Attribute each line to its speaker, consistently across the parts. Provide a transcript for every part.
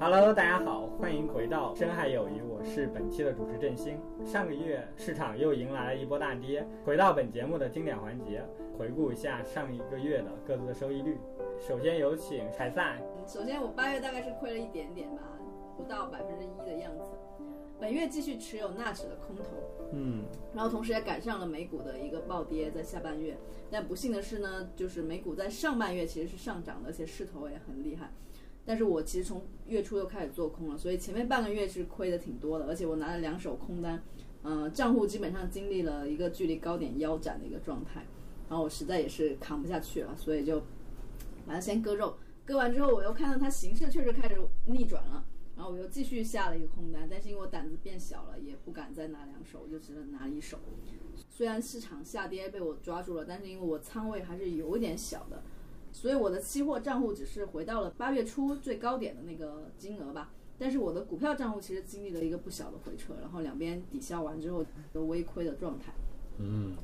Speaker 1: Hello，大家好，欢迎回到《深海有鱼》，我是本期的主持振兴。上个月市场又迎来了一波大跌，回到本节目的经典环节，回顾一下上一个月的各自的收益率。首先有请凯撒，
Speaker 2: 首先，我八月大概是亏了一点点吧，不到百分之一的样子。本月继续持有纳指的空头，
Speaker 1: 嗯，
Speaker 2: 然后同时也赶上了美股的一个暴跌，在下半月。但不幸的是呢，就是美股在上半月其实是上涨的，而且势头也很厉害。但是我其实从月初又开始做空了，所以前面半个月是亏的挺多的，而且我拿了两手空单，呃，账户基本上经历了一个距离高点腰斩的一个状态，然后我实在也是扛不下去了，所以就把它先割肉，割完之后我又看到它形势确实开始逆转了，然后我又继续下了一个空单，但是因为我胆子变小了，也不敢再拿两手，我就只能拿一手。虽然市场下跌被我抓住了，但是因为我仓位还是有一点小的，所以我的期货账户只是回到了八月初最高点的那个金额吧。但是我的股票账户其实经历了一个不小的回撤，然后两边抵消完之后的微亏的状态。
Speaker 1: 嗯，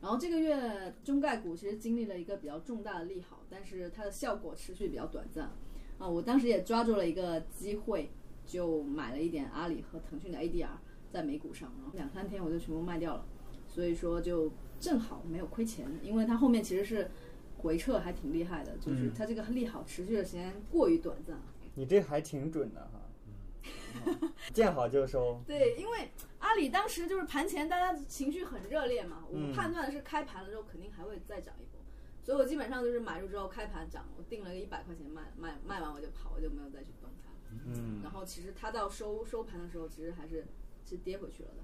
Speaker 2: 然后这个月中概股其实经历了一个比较重大的利好，但是它的效果持续比较短暂。啊，我当时也抓住了一个机会，就买了一点阿里和腾讯的 ADR 在美股上，然后两三天我就全部卖掉了，所以说就正好没有亏钱，因为它后面其实是回撤还挺厉害的，就是它这个利好持续的时间过于短暂。
Speaker 3: 你这还挺准的哈， 见好就收。
Speaker 2: 对，因为阿里当时就是盘前大家情绪很热烈嘛，我
Speaker 3: 嗯
Speaker 2: 判断的是开盘了之后肯定还会再涨一波，所以我基本上就是买入之后开盘涨，我定了个一百块钱卖，卖卖完我就跑，我就没有再去动它。
Speaker 3: 嗯
Speaker 2: 然后其实它到收收盘的时候，其实还是是跌回去了的。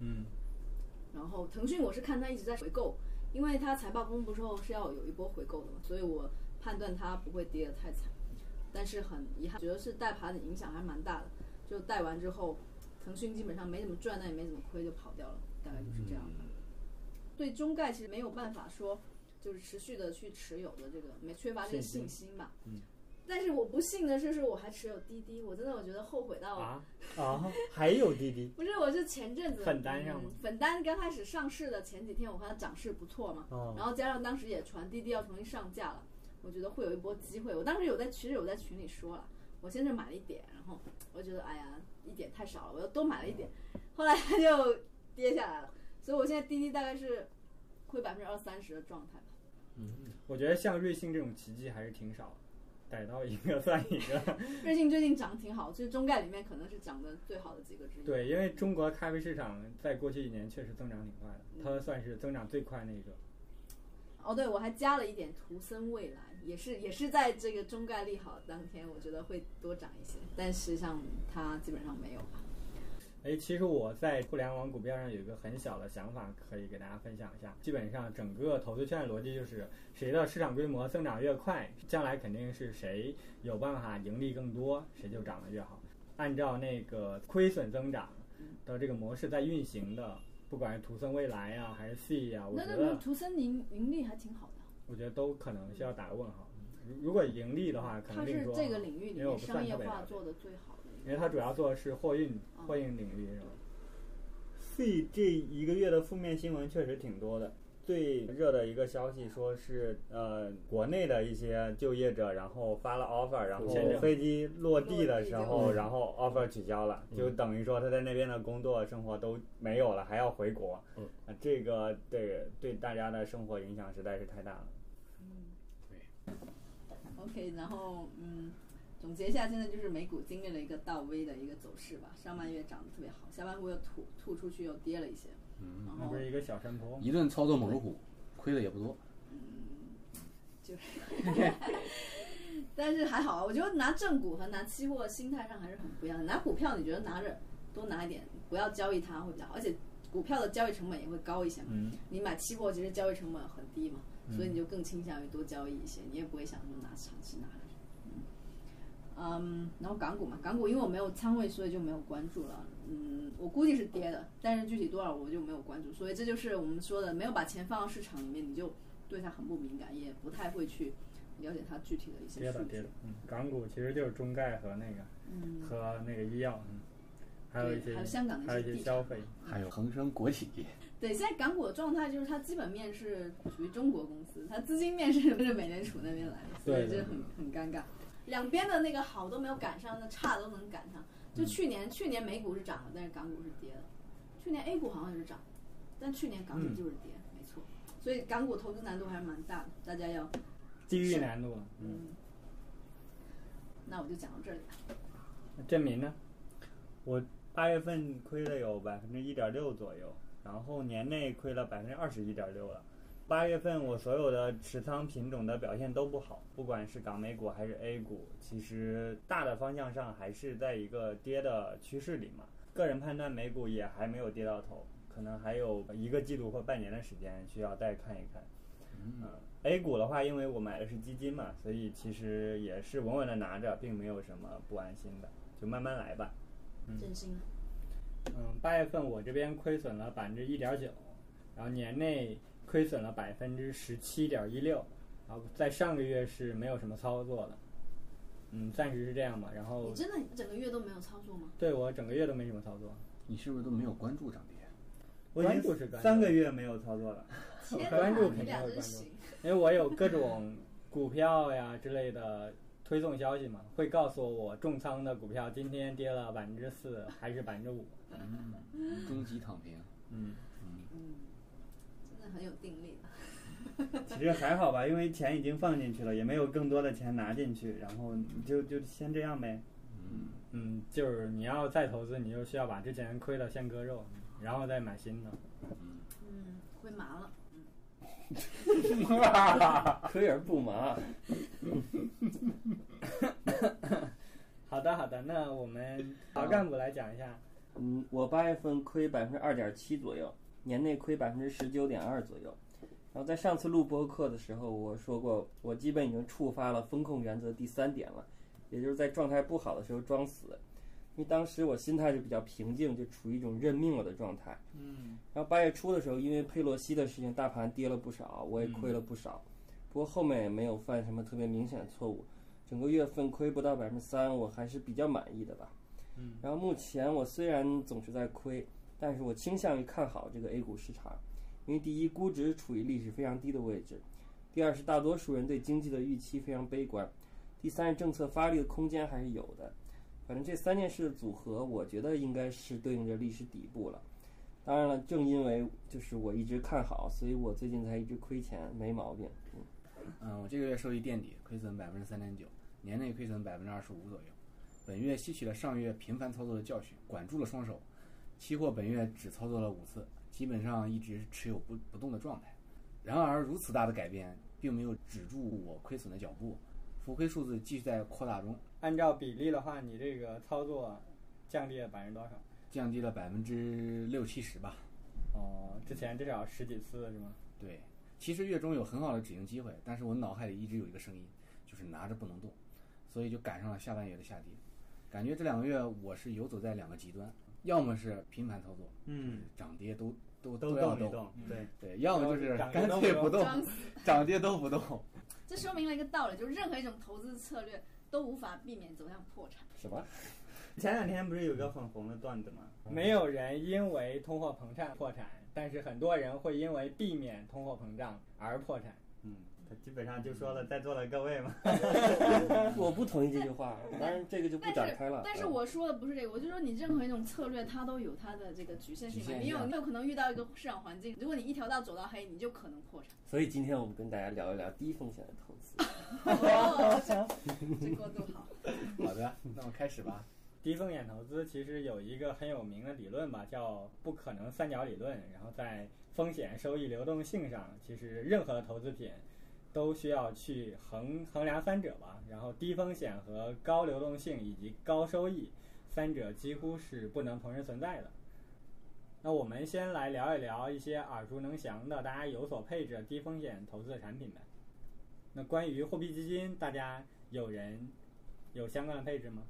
Speaker 1: 嗯，
Speaker 2: 然后腾讯我是看它一直在回购，因为它财报公布之后是要有一波回购的嘛，所以我判断它不会跌得太惨。但是很遗憾，觉得是带盘的影响还蛮大的，就带完之后，腾讯基本上没怎么赚，但也没怎么亏，就跑掉了，大概就是这样吧。对中概其实没有办法说，就是持续的去持有的这个没缺乏这个信
Speaker 1: 信心
Speaker 2: 心吧。
Speaker 1: 嗯。
Speaker 2: 但是我不幸的是，是我还持有滴滴，我真的我觉得后悔到
Speaker 1: 啊，
Speaker 3: 啊，还有滴滴，
Speaker 2: 不是，我是前阵子
Speaker 1: 粉单上吗
Speaker 2: 嗯粉单刚开始上市的前几天，我看它涨势不错嘛，
Speaker 3: 哦
Speaker 2: 然后加上当时也传滴滴要重新上架了，我觉得会有一波机会。我当时有在群里有在群里说了，我先是买了一点，然后我觉得哎呀一点太少了，我又多买了一点，后来它就跌下来了，所以我现在滴滴大概是亏百分之二三十的状 态吧。
Speaker 1: 我觉得像瑞幸这种奇迹还是挺少的，逮到一个算一个。
Speaker 2: 瑞幸最近涨挺好，就是中概里面可能是涨得最好的几个之一。
Speaker 1: 对，因为中国咖啡市场在过去一年确实增长挺快的，
Speaker 2: 嗯
Speaker 1: 它算是增长最快那一个。
Speaker 2: 哦，对，我还加了一点图森未来，也是也是在这个中概利好当天，我觉得会多涨一些，但实际上它基本上没有吧。
Speaker 1: 哎，其实我在互联网股票上有一个很小的想法，可以给大家分享一下。基本上整个投资圈的逻辑就是，谁的市场规模增长越快，将来肯定是谁有办法盈利更多，谁就涨得越好。按照那个亏损增长
Speaker 2: 嗯
Speaker 1: 的这个模式在运行的，不管是图森未来呀、还是 C 呀、我
Speaker 2: 那
Speaker 1: 觉
Speaker 2: 那那
Speaker 1: 得
Speaker 2: 图森盈盈利还挺好的，
Speaker 1: 我觉得都可能需要打个问号。如如果盈利的话，可
Speaker 2: 嗯它
Speaker 1: 能另
Speaker 2: 是
Speaker 1: 说
Speaker 2: 这
Speaker 1: 哈
Speaker 2: 个领域里
Speaker 1: 因为我
Speaker 2: 面
Speaker 1: 不算
Speaker 2: 商业
Speaker 1: 特别了
Speaker 2: 化
Speaker 1: 解
Speaker 2: 做的最好的一
Speaker 1: 因
Speaker 2: 个。
Speaker 1: 为它主要做的是货运
Speaker 2: 哦
Speaker 1: 货运领域这种。
Speaker 3: C 这一个月的负面新闻确实挺多的。最热的一个消息说是，呃，国内的一些就业者，然后发了 offer，然后
Speaker 1: 签证
Speaker 3: 飞机落地的时
Speaker 2: 落
Speaker 3: 候，
Speaker 2: 地就
Speaker 3: 然后 offer 取消了，
Speaker 1: 嗯
Speaker 3: 就等于说他在那边的工作生活都没有了，还要回国。
Speaker 1: 嗯
Speaker 3: 啊，这个对对大家的生活影响实在是太大了。
Speaker 2: OK，然后嗯，总结一下，现在就是美股经历了一个倒 V 的一个走势吧，上半月涨得特别好，下半部又吐吐出去又跌了一些，嗯，然
Speaker 1: 那
Speaker 2: 后
Speaker 1: 不是一个小山坡吗？
Speaker 4: 一顿操作猛如虎，亏的也不多。
Speaker 2: 就是，但是还好啊，我觉得拿正股和拿期货心态上还是很不一样的。拿股票，你觉得拿着多拿一点，不要交易它会比较好，而且股票的交易成本也会高一些嘛。
Speaker 1: 嗯
Speaker 2: 你买期货其实交易成本很低嘛，所以你就更倾向于多交易一些，你也不会想说拿长期拿着。嗯，然后港股嘛，港股因为我没有仓位，所以就没有关注了。嗯，我估计是跌的，但是具体多少我就没有关注，所以这就是我们说的，没有把钱放到市场里面，你就对它很不敏感，也不太会去了解它具体的一些
Speaker 1: 跌
Speaker 2: 数
Speaker 1: 的跌
Speaker 2: 据
Speaker 1: 的。，嗯，港股其实就是中概和那个、
Speaker 2: 嗯，
Speaker 1: 和那个医药，嗯，还有一
Speaker 2: 对
Speaker 1: 些
Speaker 2: 还有香港的一些
Speaker 1: 还有一些消费，
Speaker 4: 还有恒生国企，
Speaker 2: 对，现在港股的状态就是它基本面 是属于中国公司，它资金面是是美联储那边来的，所
Speaker 1: 对
Speaker 2: 以这
Speaker 1: 对
Speaker 2: 很很尴尬。两边的那个好都没有赶上，那差都能赶上。
Speaker 1: 嗯
Speaker 2: 就去年，去年美股是涨了，但是港股是跌的。去年 A 股好像也是涨，但去年港股
Speaker 1: 嗯
Speaker 2: 就是跌，没错。所以港股投资难度还是蛮大的，大家要
Speaker 1: 地域难度。
Speaker 2: 嗯。那我就讲到这里了。
Speaker 1: 证明呢？
Speaker 3: 八月份亏了有百分之一点六左右，然后年内亏了百分之二十一点六了。八月份我所有的持仓品种的表现都不好，不管是港美股还是 A 股，其实大的方向上还是在一个跌的趋势里嘛。个人判断美股也还没有跌到头，可能还有一个季度或半年的时间需要再看一看。嗯，A 股的话，因为我买的是基金嘛，所以其实也是稳稳的拿着，并没有什么不安心的，就慢慢来吧。嗯
Speaker 2: 振兴，
Speaker 1: 嗯，八月份我这边亏损了百分之一点九，然后年内亏损了百分之十七点一六，然后在上个月是没有什么操作的，嗯，暂时是这样吧。然后
Speaker 2: 你真的整个月都没有操作吗？
Speaker 1: 对我整个月都没什么操作，
Speaker 4: 你是不是都没有关注涨跌？
Speaker 3: 我已
Speaker 1: 关注是
Speaker 3: 经
Speaker 1: 关注
Speaker 3: 三个月没有操作了。
Speaker 2: 天
Speaker 1: 哦关
Speaker 2: 哪
Speaker 1: 注，
Speaker 2: 你
Speaker 1: 肯定
Speaker 2: 俩
Speaker 1: 会关
Speaker 2: 真
Speaker 1: 注
Speaker 2: 行。
Speaker 1: 因为哎我有各种股 票呀之类的推送消息嘛，会告诉我重仓的股票今天跌了百分之四还是百分之五，
Speaker 4: 嗯，终极躺平。
Speaker 1: 嗯，
Speaker 4: 嗯，
Speaker 2: 嗯，真的很有定力了。
Speaker 3: 其实还好吧，因为钱已经放进去了，也没有更多的钱拿进去，然后你就就先这样呗。
Speaker 1: 嗯，就是你要再投资，你就需要把之前亏的先割肉，然后再买新的。
Speaker 2: 嗯，会麻了。
Speaker 4: 亏而不麻。
Speaker 1: 好的，好的，那我们老干部来讲一下，
Speaker 5: 嗯，我八月份亏百分之二点七左右，年内亏百分之十九点二左右。然后在上次录播客的时候，我说过，我基本已经触发了风控原则第三点了，也就是在状态不好的时候装死。因为当时我心态就比较平静，就处于一种认命了的状态。嗯。然后八月初的时候，因为佩洛西的事情，大盘跌了不少，我也亏了不少。不过后面也没有犯什么特别明显的错误，整个月份亏不到百分之三，我还是比较满意的吧。然后目前我虽然总是在亏，但是我倾向于看好这个 A 股市场，因为第一，估值处于历史非常低的位置；第二是大多数人对经济的预期非常悲观；第三是政策发力的空间还是有的。反正这三件事的组合，我觉得应该是对应着历史底部了。当然了，正因为就是我一直看好，所以我最近才一直亏钱，没毛病。嗯
Speaker 4: 嗯，我这个月收益垫底，亏损百分之三点九，年内亏损百分之二十五左右。本月吸取了上月频繁操作的教训，管住了双手。期货本月只操作了五次，基本上一直持有不不动的状态。然而，如此大的改变并没有止住我亏损的脚步，浮亏数字继续在扩大中，
Speaker 1: 按照比例的话，你这个操作降低了百分之多少？
Speaker 4: 降低了百分之六七十吧。
Speaker 1: 哦，之前至少十几次是吗？
Speaker 4: 对，其实月中有很好的止盈机会，但是我脑海里一直有一个声音，就是拿着不能动，所以就赶上了下半月的下跌。感觉这两个月我是游走在两个极端，要么是频繁操作，
Speaker 3: 嗯，
Speaker 4: 涨跌都都
Speaker 3: 都
Speaker 4: 要
Speaker 3: 动一
Speaker 4: 动，
Speaker 3: 动，对，
Speaker 4: 对，要么就是干脆不动，
Speaker 2: 装死，
Speaker 4: 涨跌都不动。
Speaker 2: 这说明了一个道理，就是任何一种投资策略都无法避免走向破产。
Speaker 4: 什么？
Speaker 3: 前两天不是有个很红的段子吗？
Speaker 1: 没有人因为通货膨胀破产，但是很多人会因为避免通货膨胀而破产。
Speaker 3: 嗯，他基本上就说了在座的各位嘛。
Speaker 5: 我不同意这句话，当然这个就不
Speaker 2: 但
Speaker 5: 展
Speaker 2: 是
Speaker 5: 开
Speaker 4: 啊
Speaker 5: 了。
Speaker 2: 但是
Speaker 5: 嗯
Speaker 2: 我说的不是这个，我就说你任何一种策略，它都有它的这个局限性
Speaker 4: 局
Speaker 2: 嘛。
Speaker 4: 限
Speaker 2: 你有
Speaker 4: 性啊
Speaker 2: 你有可能遇到一个市场环境，如果你一条道走到黑，你就可能 破产。
Speaker 5: 所以今天我们跟大家聊一聊低风险的投资。
Speaker 2: 哦，这过渡好。
Speaker 4: 好的，那我开始吧。
Speaker 1: 低风险投资其实有一个很有名的理论吧，叫不可能三角理论。然后在风险、收益、流动性上，其实任何投资品都需要去衡衡量三者吧。然后低风险和高流动性以及高收益三者几乎是不能同时存在的。那我们先来聊一聊一些耳熟能详的、大家有所配置的低风险投资的产品呗。那关于货币基金，大家有人有相关的配置吗？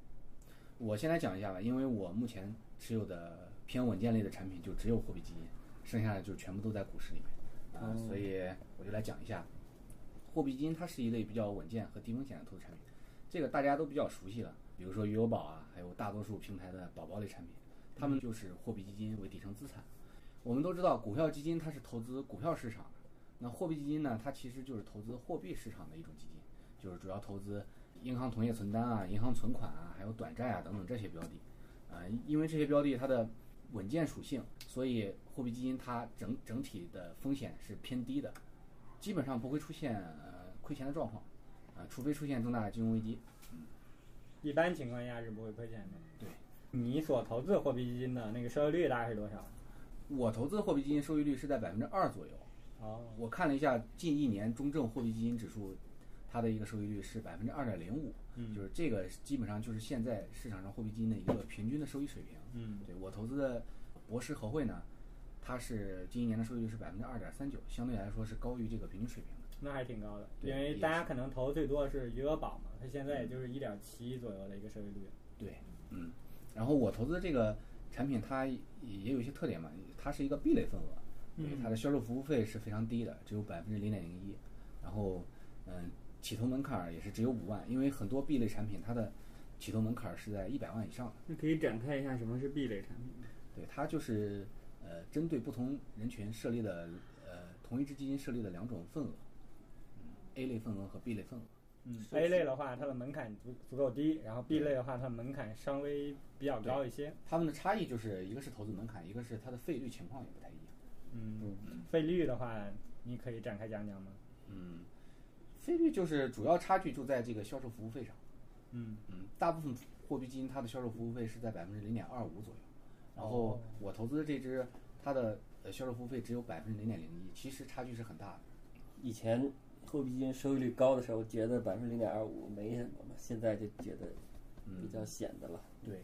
Speaker 4: 我先来讲一下吧，因为我目前持有的偏稳健类的产品就只有货币基金，剩下的就全部都在股市里面啊、所以我就来讲一下，货币基金它是一类比较稳健和低风险的投资产品，这个大家都比较熟悉了，比如说余额宝啊，还有大多数平台的宝宝类产品，他们就是货币基金为底层资产。我们都知道，股票基金它是投资股票市场的，那货币基金呢，它其实就是投资货币市场的一种基金，就是主要投资银行同业存单啊、银行存款啊、还有短债啊等等这些标的，啊、因为这些标的它的稳健属性，所以货币基金它整整体的风险是偏低的，基本上不会出现呃亏钱的状况，啊、除非出现重大的金融危机。
Speaker 1: 一般情况下是不会亏钱的。
Speaker 4: 对，
Speaker 1: 你所投资的货币基金的那个收益率大概是多少？
Speaker 4: 我投资的货币基金收益率是在百分之二左右，
Speaker 1: 哦，
Speaker 4: 我看了一下近一年中证货币基金指数，它的一个收益率是百分之二点零五，
Speaker 1: 嗯
Speaker 4: 就是这个基本上就是现在市场上货币基金的一个平均的收益水平。
Speaker 1: 嗯，
Speaker 4: 对我投资的博时和汇呢，它是近一年的收益率是百分之二点三九，相对来说是高于这个平均水平的。
Speaker 1: 那还挺高的，
Speaker 4: 对
Speaker 1: 因为
Speaker 4: 也
Speaker 1: 大家可能投最多的是余额宝嘛，它现
Speaker 3: 嗯
Speaker 1: 在也就是一点七左右的一个收益率。
Speaker 4: 对，嗯，然后我投资的这个产品它也也有一些特点嘛，它是一个 B 类份额，对，它的销售服务费是非常低的，只有百分之零点零一，然后嗯，起投门槛儿也是只有五万，因为很多 B 类产品它的起投门槛儿是在一百万以上的。
Speaker 3: 那可以展开一下什么是 B 类产品吗？
Speaker 4: 对，它就是呃，针对不同人群设立的呃，同一只基金设立的两种份额、嗯、，A 类份额和 B 类份额。
Speaker 1: 嗯
Speaker 5: 是
Speaker 1: ，A 类的话，它的门槛足足够低，然后 B 类的话，它的门槛稍微比较高一些。
Speaker 4: 它们的差异就是一个是投资门槛，一个是它的费率情况也不太一样。
Speaker 1: 嗯，费率的话，你可以展开讲讲吗？
Speaker 4: 嗯，费率就是主要差距就在这个销售服务费上。
Speaker 1: 嗯，
Speaker 4: 嗯，大部分货币基金它的销售服务费是在百分之零点二五左右，然
Speaker 1: 哦
Speaker 4: 后我投资的这只它的呃销售服务费只有百分之零点零一，其实差距是很大的。
Speaker 5: 以前货币基金收益率高的时候，觉得百分之零点二五没什么嘛，现在就觉得比
Speaker 3: 嗯
Speaker 5: 较显的了。
Speaker 4: 嗯对，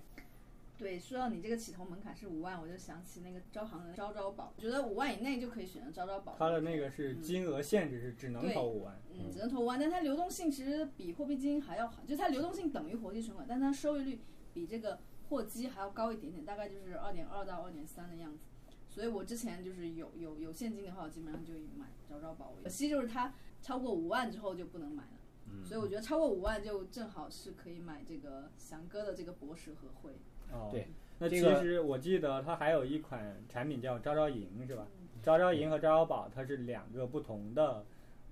Speaker 2: 对，说到你这个起投门槛是五万，我就想起那个招行的招招宝，我觉得五万以内就可以选择招招宝。嗯
Speaker 1: 它的那个是金额限制是只能
Speaker 2: 对
Speaker 1: 投五万。
Speaker 2: 嗯，只能投五万，但它流动性其实比货币基金还要好，就是它流动性等于活期存款，但它收益率比这个货基还要高一点点，大概就是二点二到二点三的样子。所以我之前就是有有有现金的话，我基本上就买招招宝。可惜就是它超过五万之后就不能买了，
Speaker 4: 嗯，
Speaker 2: 所以我觉得超过五万就正好是可以买这个翔哥的这个博士和汇。
Speaker 1: 哦，
Speaker 4: 对。
Speaker 1: 那其
Speaker 4: 这个
Speaker 1: 实我记得它还有一款产品叫招招银，是吧？招招银和招招宝它是两个不同的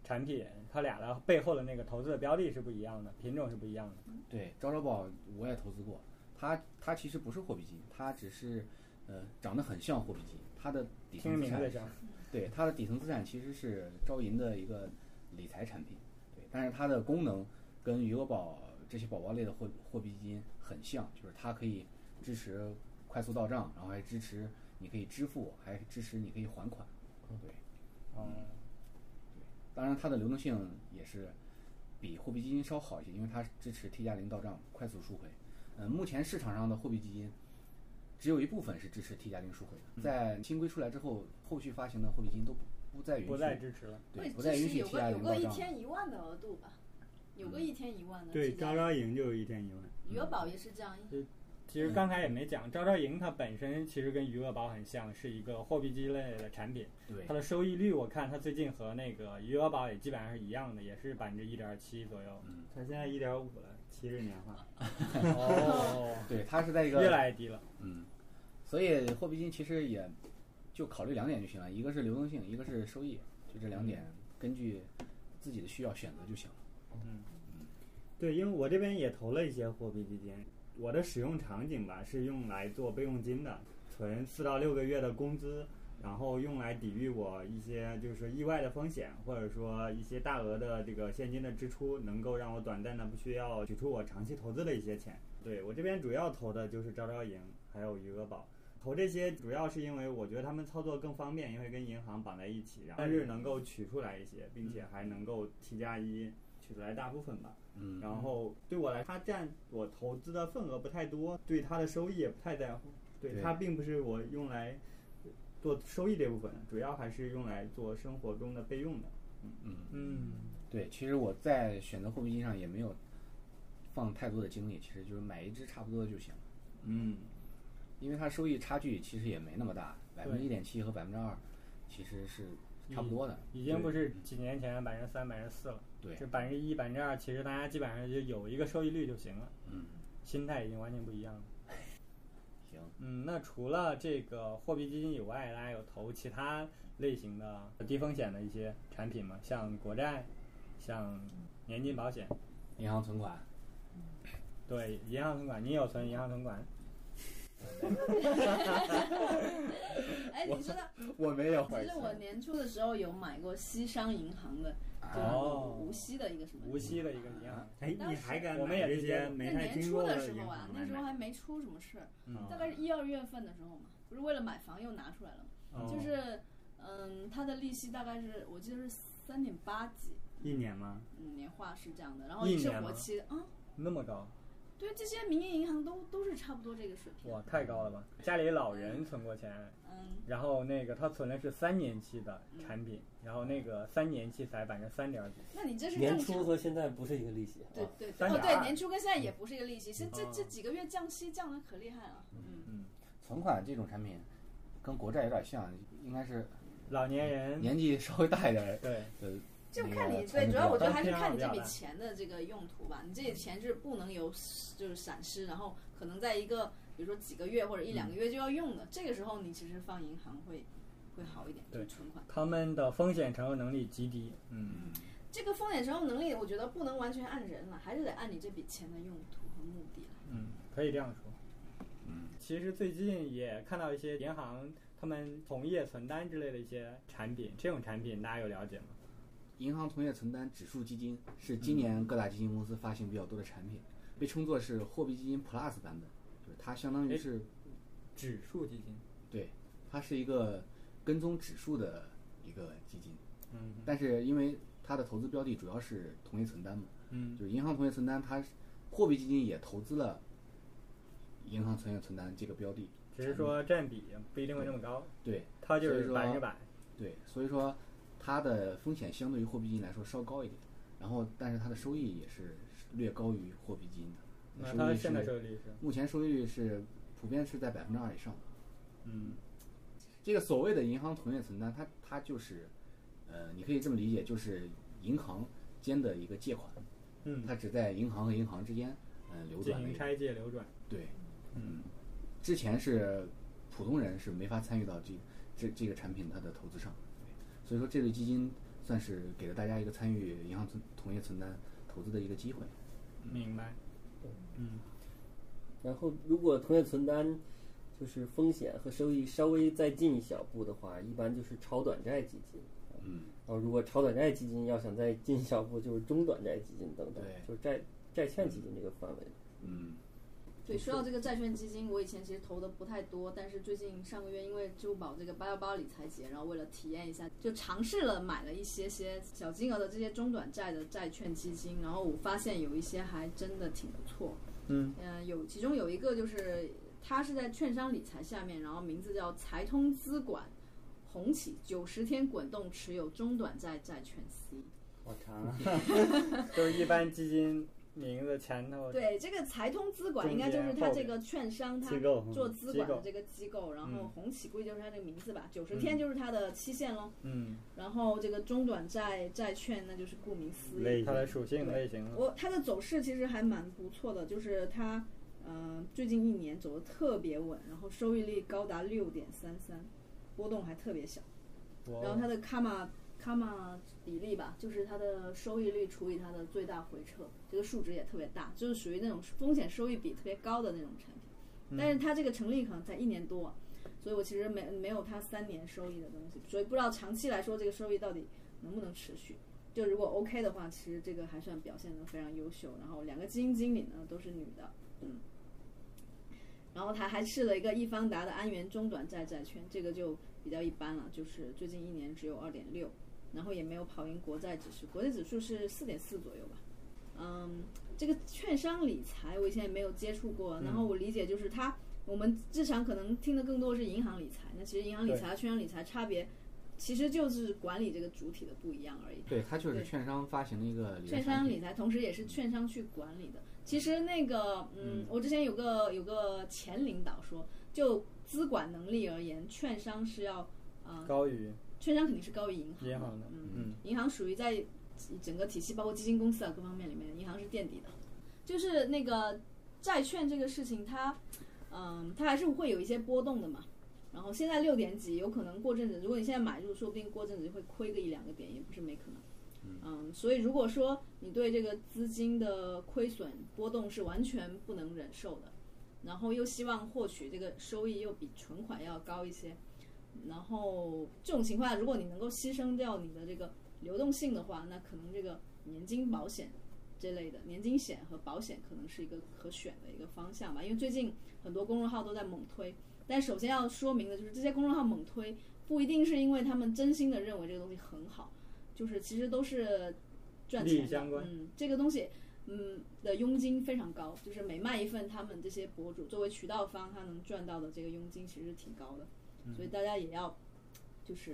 Speaker 1: 产品，它俩的背后的那个投资的标的是不一样的，品种是不一样的。
Speaker 4: 对，招招宝我也投资过，它它其实不是货币基金，它只是呃长得很像货币基金，它的底
Speaker 1: 听
Speaker 4: 层资
Speaker 1: 名字
Speaker 4: 产
Speaker 1: 上，
Speaker 4: 对它的底层资产其实是招银的一个理财产品，对，但是它的功能跟余额宝这些宝宝类的货货币基金很像，就是它可以支持快速到账，然后还支持你可以支付，还支持你可以还款，对，
Speaker 1: 哦，
Speaker 4: 当然它的流动性也是比货币基金稍好一些，因为它支持 T 加零到账快速赎回。呃，目前市场上的货币基金只有一部分是支持 T 加零赎回
Speaker 1: 嗯
Speaker 4: 的，在新规出来之后，后续发行的货币基金都不不嗯再允许，
Speaker 1: 不再支持了。
Speaker 4: 对，不再允许 T 加零到账。嗯
Speaker 2: 一万的额度吧，有个一天一万的
Speaker 3: 对，招招营就一天一万。
Speaker 2: 余额宝也是这样，
Speaker 1: 其实刚才也没讲，招招银它本身其实跟余额宝很像，是一个货币基金类的产品。
Speaker 4: 对
Speaker 1: 它，的收益率我看它最近和那个余额宝也基本上是一样的，也是百分之一点七左右。
Speaker 3: 它现在一点五了，七十年化。
Speaker 1: 哦，
Speaker 4: 对，它是在一
Speaker 1: 越
Speaker 4: 个
Speaker 1: 来越低了。
Speaker 4: 嗯，所以货币基金其实也就考虑两点就行了，一个是流动性，一个是收益，就这两点，根据自己的需要选择就行了。
Speaker 3: 对，因为我这边也投了一些货币基金，我的使用场景吧是用来做备用金的，存四到六个月的工资，然后用来抵御我一些就是意外的风险，或者说一些大额的这个现金的支出，能够让我短暂的不需要取出我长期投资的一些钱。对我这边主要投的就是招招银，还有余额宝。投这些主要是因为我觉得他们操作更方便，因为跟银行绑在一起，然后但是能够取出来一些，并且还能够 T 加一取出来大部分吧。
Speaker 4: 嗯，
Speaker 3: 然后对我来，它占我投资的份额不太多，对它的收益也不太在乎，对
Speaker 4: 对
Speaker 3: 它并不是我用来做收益这部分，主要还是用来做生活中的备用的。
Speaker 4: 嗯。
Speaker 1: 嗯，
Speaker 4: 对，其实我在选择货币基金上也没有放太多的精力，其实就是买一只差不多的就行了，
Speaker 3: 嗯，
Speaker 4: 因为它收益差距其实也没那么大，百分之
Speaker 1: 对
Speaker 4: 一点七和百分之二其实是差不多的。
Speaker 1: 嗯已经不
Speaker 4: 对
Speaker 1: 是几年前百分之三、百分之四了。
Speaker 4: 对
Speaker 1: 这百分之一、百分之二，其实大家基本上就有一个收益率就行了。
Speaker 4: 嗯，
Speaker 1: 心态已经完全不一样了。
Speaker 4: 行，
Speaker 1: 嗯，那除了这个货币基金以外，大家有投其他类型的低风险的一些产品吗？像国债，像年金保险。
Speaker 4: 银行存款，
Speaker 3: 对，银行存款，你有存银行存款？
Speaker 2: 哎，你知道，
Speaker 4: 我没有。
Speaker 2: 其实我年初的时候有买过西商银行的，
Speaker 4: 啊
Speaker 2: 就是那
Speaker 3: 哦
Speaker 2: 个无锡的一个什么。
Speaker 3: 无锡的一个银行，
Speaker 6: 哎，你还敢
Speaker 3: 我们也
Speaker 6: 买这
Speaker 3: 直接
Speaker 6: 些
Speaker 2: 那
Speaker 6: 没太
Speaker 2: 年
Speaker 6: 听
Speaker 2: 初
Speaker 6: 过
Speaker 2: 的时
Speaker 6: 银
Speaker 2: 候啊
Speaker 6: 行，
Speaker 2: 那
Speaker 6: 买
Speaker 2: 时候
Speaker 6: 卖？
Speaker 2: 还没出什么事儿，
Speaker 3: 嗯
Speaker 2: 大概是一二月份的时候嘛，不是为了买房又拿出来了嘛，
Speaker 3: 哦
Speaker 2: 就是，嗯，它的利息大概是我记得是三点八几，
Speaker 3: 一年吗？
Speaker 2: 嗯，年化是这样的，然后
Speaker 3: 一
Speaker 2: 也是
Speaker 3: 年吗
Speaker 2: 活期的，嗯，
Speaker 3: 那么高？
Speaker 2: 对，这些民营银行都都是差不多这个水平，
Speaker 3: 哇，太高了吧！家里老人存过钱，
Speaker 2: 嗯，
Speaker 3: 然后那个他存的是三年期的产品，然后那个三年期才百分之三点几，
Speaker 2: 那你这是
Speaker 5: 年
Speaker 2: 正
Speaker 5: 初
Speaker 2: 常。
Speaker 5: 和现在不是一个利息，
Speaker 2: 对
Speaker 5: 啊
Speaker 2: 对对
Speaker 3: 三
Speaker 2: 哦
Speaker 3: 点
Speaker 2: 对
Speaker 3: 二，
Speaker 2: 年初跟现在也不是一个利息，现这
Speaker 3: 哦
Speaker 2: 这几个月降息降的可厉害了，嗯，
Speaker 4: 存款这种产品，跟国债有点像，应该是
Speaker 3: 老年人
Speaker 4: 年纪稍微大一点儿，
Speaker 3: 对
Speaker 4: 呃，
Speaker 2: 就
Speaker 4: 那
Speaker 2: 看
Speaker 4: 个
Speaker 2: 你
Speaker 4: 存
Speaker 2: 对，
Speaker 4: 得
Speaker 2: 主要
Speaker 4: 比
Speaker 2: 我
Speaker 4: 较
Speaker 2: 觉
Speaker 3: 当
Speaker 2: 得还是
Speaker 3: 天要
Speaker 2: 看你
Speaker 3: 不
Speaker 2: 这
Speaker 3: 要
Speaker 2: 笔
Speaker 3: 来
Speaker 2: 钱的这个用途吧。你这笔钱是不能有就是闪失，然后可能在一个比如说几个月或者一两
Speaker 3: 嗯
Speaker 2: 个月就要用的，这个时候你其实放银行会会好一点，就
Speaker 3: 对
Speaker 2: 存款。
Speaker 3: 他们的风险承受能力极低。嗯，
Speaker 2: 这个风险承受能力，我觉得不能完全按人了，还是得按你这笔钱的用途和目的来。
Speaker 3: 嗯，可以这样说。
Speaker 4: 嗯，
Speaker 3: 其实最近也看到一些银行他们同业存单之类的一些产品，这种产品大家有了解吗？
Speaker 4: 银行同业存单指数基金是今年各大基金公司发行比较多的产品，被称作是货币基金 Plus 版本，就是它相当于是
Speaker 3: 指数基金。
Speaker 4: 对，它是一个跟踪指数的一个基金，
Speaker 3: 嗯
Speaker 4: 但是因为它的投资标的主要是同业存单嘛，
Speaker 3: 嗯
Speaker 4: 就是银行同业存单，它是货币基金也投资了银行存业存单这个标的，
Speaker 3: 只是说占比不一定会那么高，
Speaker 4: 对
Speaker 3: 它就是
Speaker 4: 所以说
Speaker 3: 百分之百。
Speaker 4: 对，所以说它的风险相对于货币基金来说稍高一点，然后但是它的收益也是略高于货币基金的。
Speaker 3: 那
Speaker 4: 收
Speaker 3: 它
Speaker 4: 益
Speaker 3: 现在
Speaker 4: 是
Speaker 3: 收益率是？
Speaker 4: 目前收益率是普遍是在百分之二以上。
Speaker 3: 嗯，
Speaker 4: 这个所谓的银行同业存单，它它就是，呃，你可以这么理解，就是银行间的一个借款，
Speaker 3: 嗯，
Speaker 4: 它只在银行和银行之间，呃，流
Speaker 3: 进
Speaker 4: 转的
Speaker 3: 行
Speaker 4: 一个。
Speaker 3: 拆借流转。
Speaker 4: 对，
Speaker 3: 嗯，
Speaker 4: 之前是普通人是没法参与到这这这个产品它的投资上，所以说这类基金算是给了大家一个参与银行存同业存单投资的一个机会。
Speaker 3: 明白。嗯，
Speaker 5: 然后，如果同业存单就是风险和收益稍微再进一小步的话，一般就是超短债基金。
Speaker 4: 嗯，
Speaker 5: 然后，如果超短债基金要想再进一小步，就是中短债基金等等，
Speaker 4: 对
Speaker 5: 就是债债券基金这个范围。
Speaker 4: 嗯，
Speaker 2: 对，说到这个债券基金，我以前其实投的不太多，但是最近上个月因为支付宝这个八幺八理财节，然后为了体验一下，就尝试了买了一些些小金额的这些中短债的债券基金，然后我发现有一些还真的挺不错。
Speaker 3: 嗯，
Speaker 2: 呃，有其中有一个就是它是在券商理财下面，然后名字叫财通资管。红起九十天滚动持有中短债债券 C，
Speaker 5: 好长啊！
Speaker 3: 就是一般基金名字前头
Speaker 2: 对这个财通资管应该就是它这个券商
Speaker 3: 嗯
Speaker 2: 它
Speaker 3: 机构嗯
Speaker 2: 做资管的这个机构，然后红旗估计就是它这个名字吧，九十天就是它的期限喽。
Speaker 3: 嗯，
Speaker 2: 然后这个中短债债券，那就是顾名思义。
Speaker 3: 类它的属性类型了。
Speaker 2: 我它的走势其实还蛮不错的，就是它，呃，最近一年走的特别稳，然后收益率高达六点三三，波动还特别小。
Speaker 1: 哦
Speaker 3: 我
Speaker 2: 然后它的 comma comma 比例吧，就是它的收益率除以它的最大回撤，这个数值也特别大，就是属于那种风险收益比特别高的那种产品。但是它这个成立可能才一年多，所以我其实没没有它三年收益的东西，所以不知道长期来说这个收益到底能不能持续。就如果 OK 的话，其实这个还算表现得非常优秀。然后两个基金经理呢都是女的，嗯。然后他还试了一个易方达的安源中短债债券，这个就比较一般了，就是最近一年只有二点六，然后也没有跑赢国债指数，国债指数是四点四左右吧。嗯，这个券商理财我以前也没有接触过，然后我理解就是它，我们日常可能听的更多是银行理财，那其实银行理财和券商理财差别，其实就是管理这个主体的不一样而已。
Speaker 4: 对，它就是
Speaker 2: 对
Speaker 4: 券商发行的一个理财
Speaker 2: 券
Speaker 4: 产
Speaker 2: 商
Speaker 4: 品
Speaker 2: 理财，同时也是券商去管理的。其实那个，嗯，我之前有个有个前领导说，就资管能力而言，券商是要，呃，
Speaker 3: 高于
Speaker 2: 券商肯定是高于银行的，
Speaker 3: 银行的
Speaker 2: 嗯，
Speaker 3: 嗯
Speaker 2: 银行属于在整个体系，包括基金公司啊各方面里面，银行是垫底的。就是那个债券这个事情，它，嗯，它还是会有一些波动的嘛。然后现在六点几，有可能过阵子，如果你现在买入，说不定过阵子就会亏个一两个点，也不是没可能。嗯，所以如果说你对这个资金的亏损波动是完全不能忍受的，然后又希望获取这个收益又比存款要高一些，然后这种情况下，如果你能够牺牲掉你的这个流动性的话，那可能这个年金保险这类的年金险和保险可能是一个可选的一个方向吧。因为最近很多公众号都在猛推，但首先要说明的就是这些公众号猛推不一定是因为他们真心的认为这个东西很好，就是其实都是赚
Speaker 1: 利益
Speaker 2: 钱的
Speaker 1: 相关
Speaker 2: 嗯，这个东西。嗯，的佣金非常高，就是每卖一份，他们这些博主作为渠道方，他能赚到的这个佣金其实挺高的，所以大家也要，就是，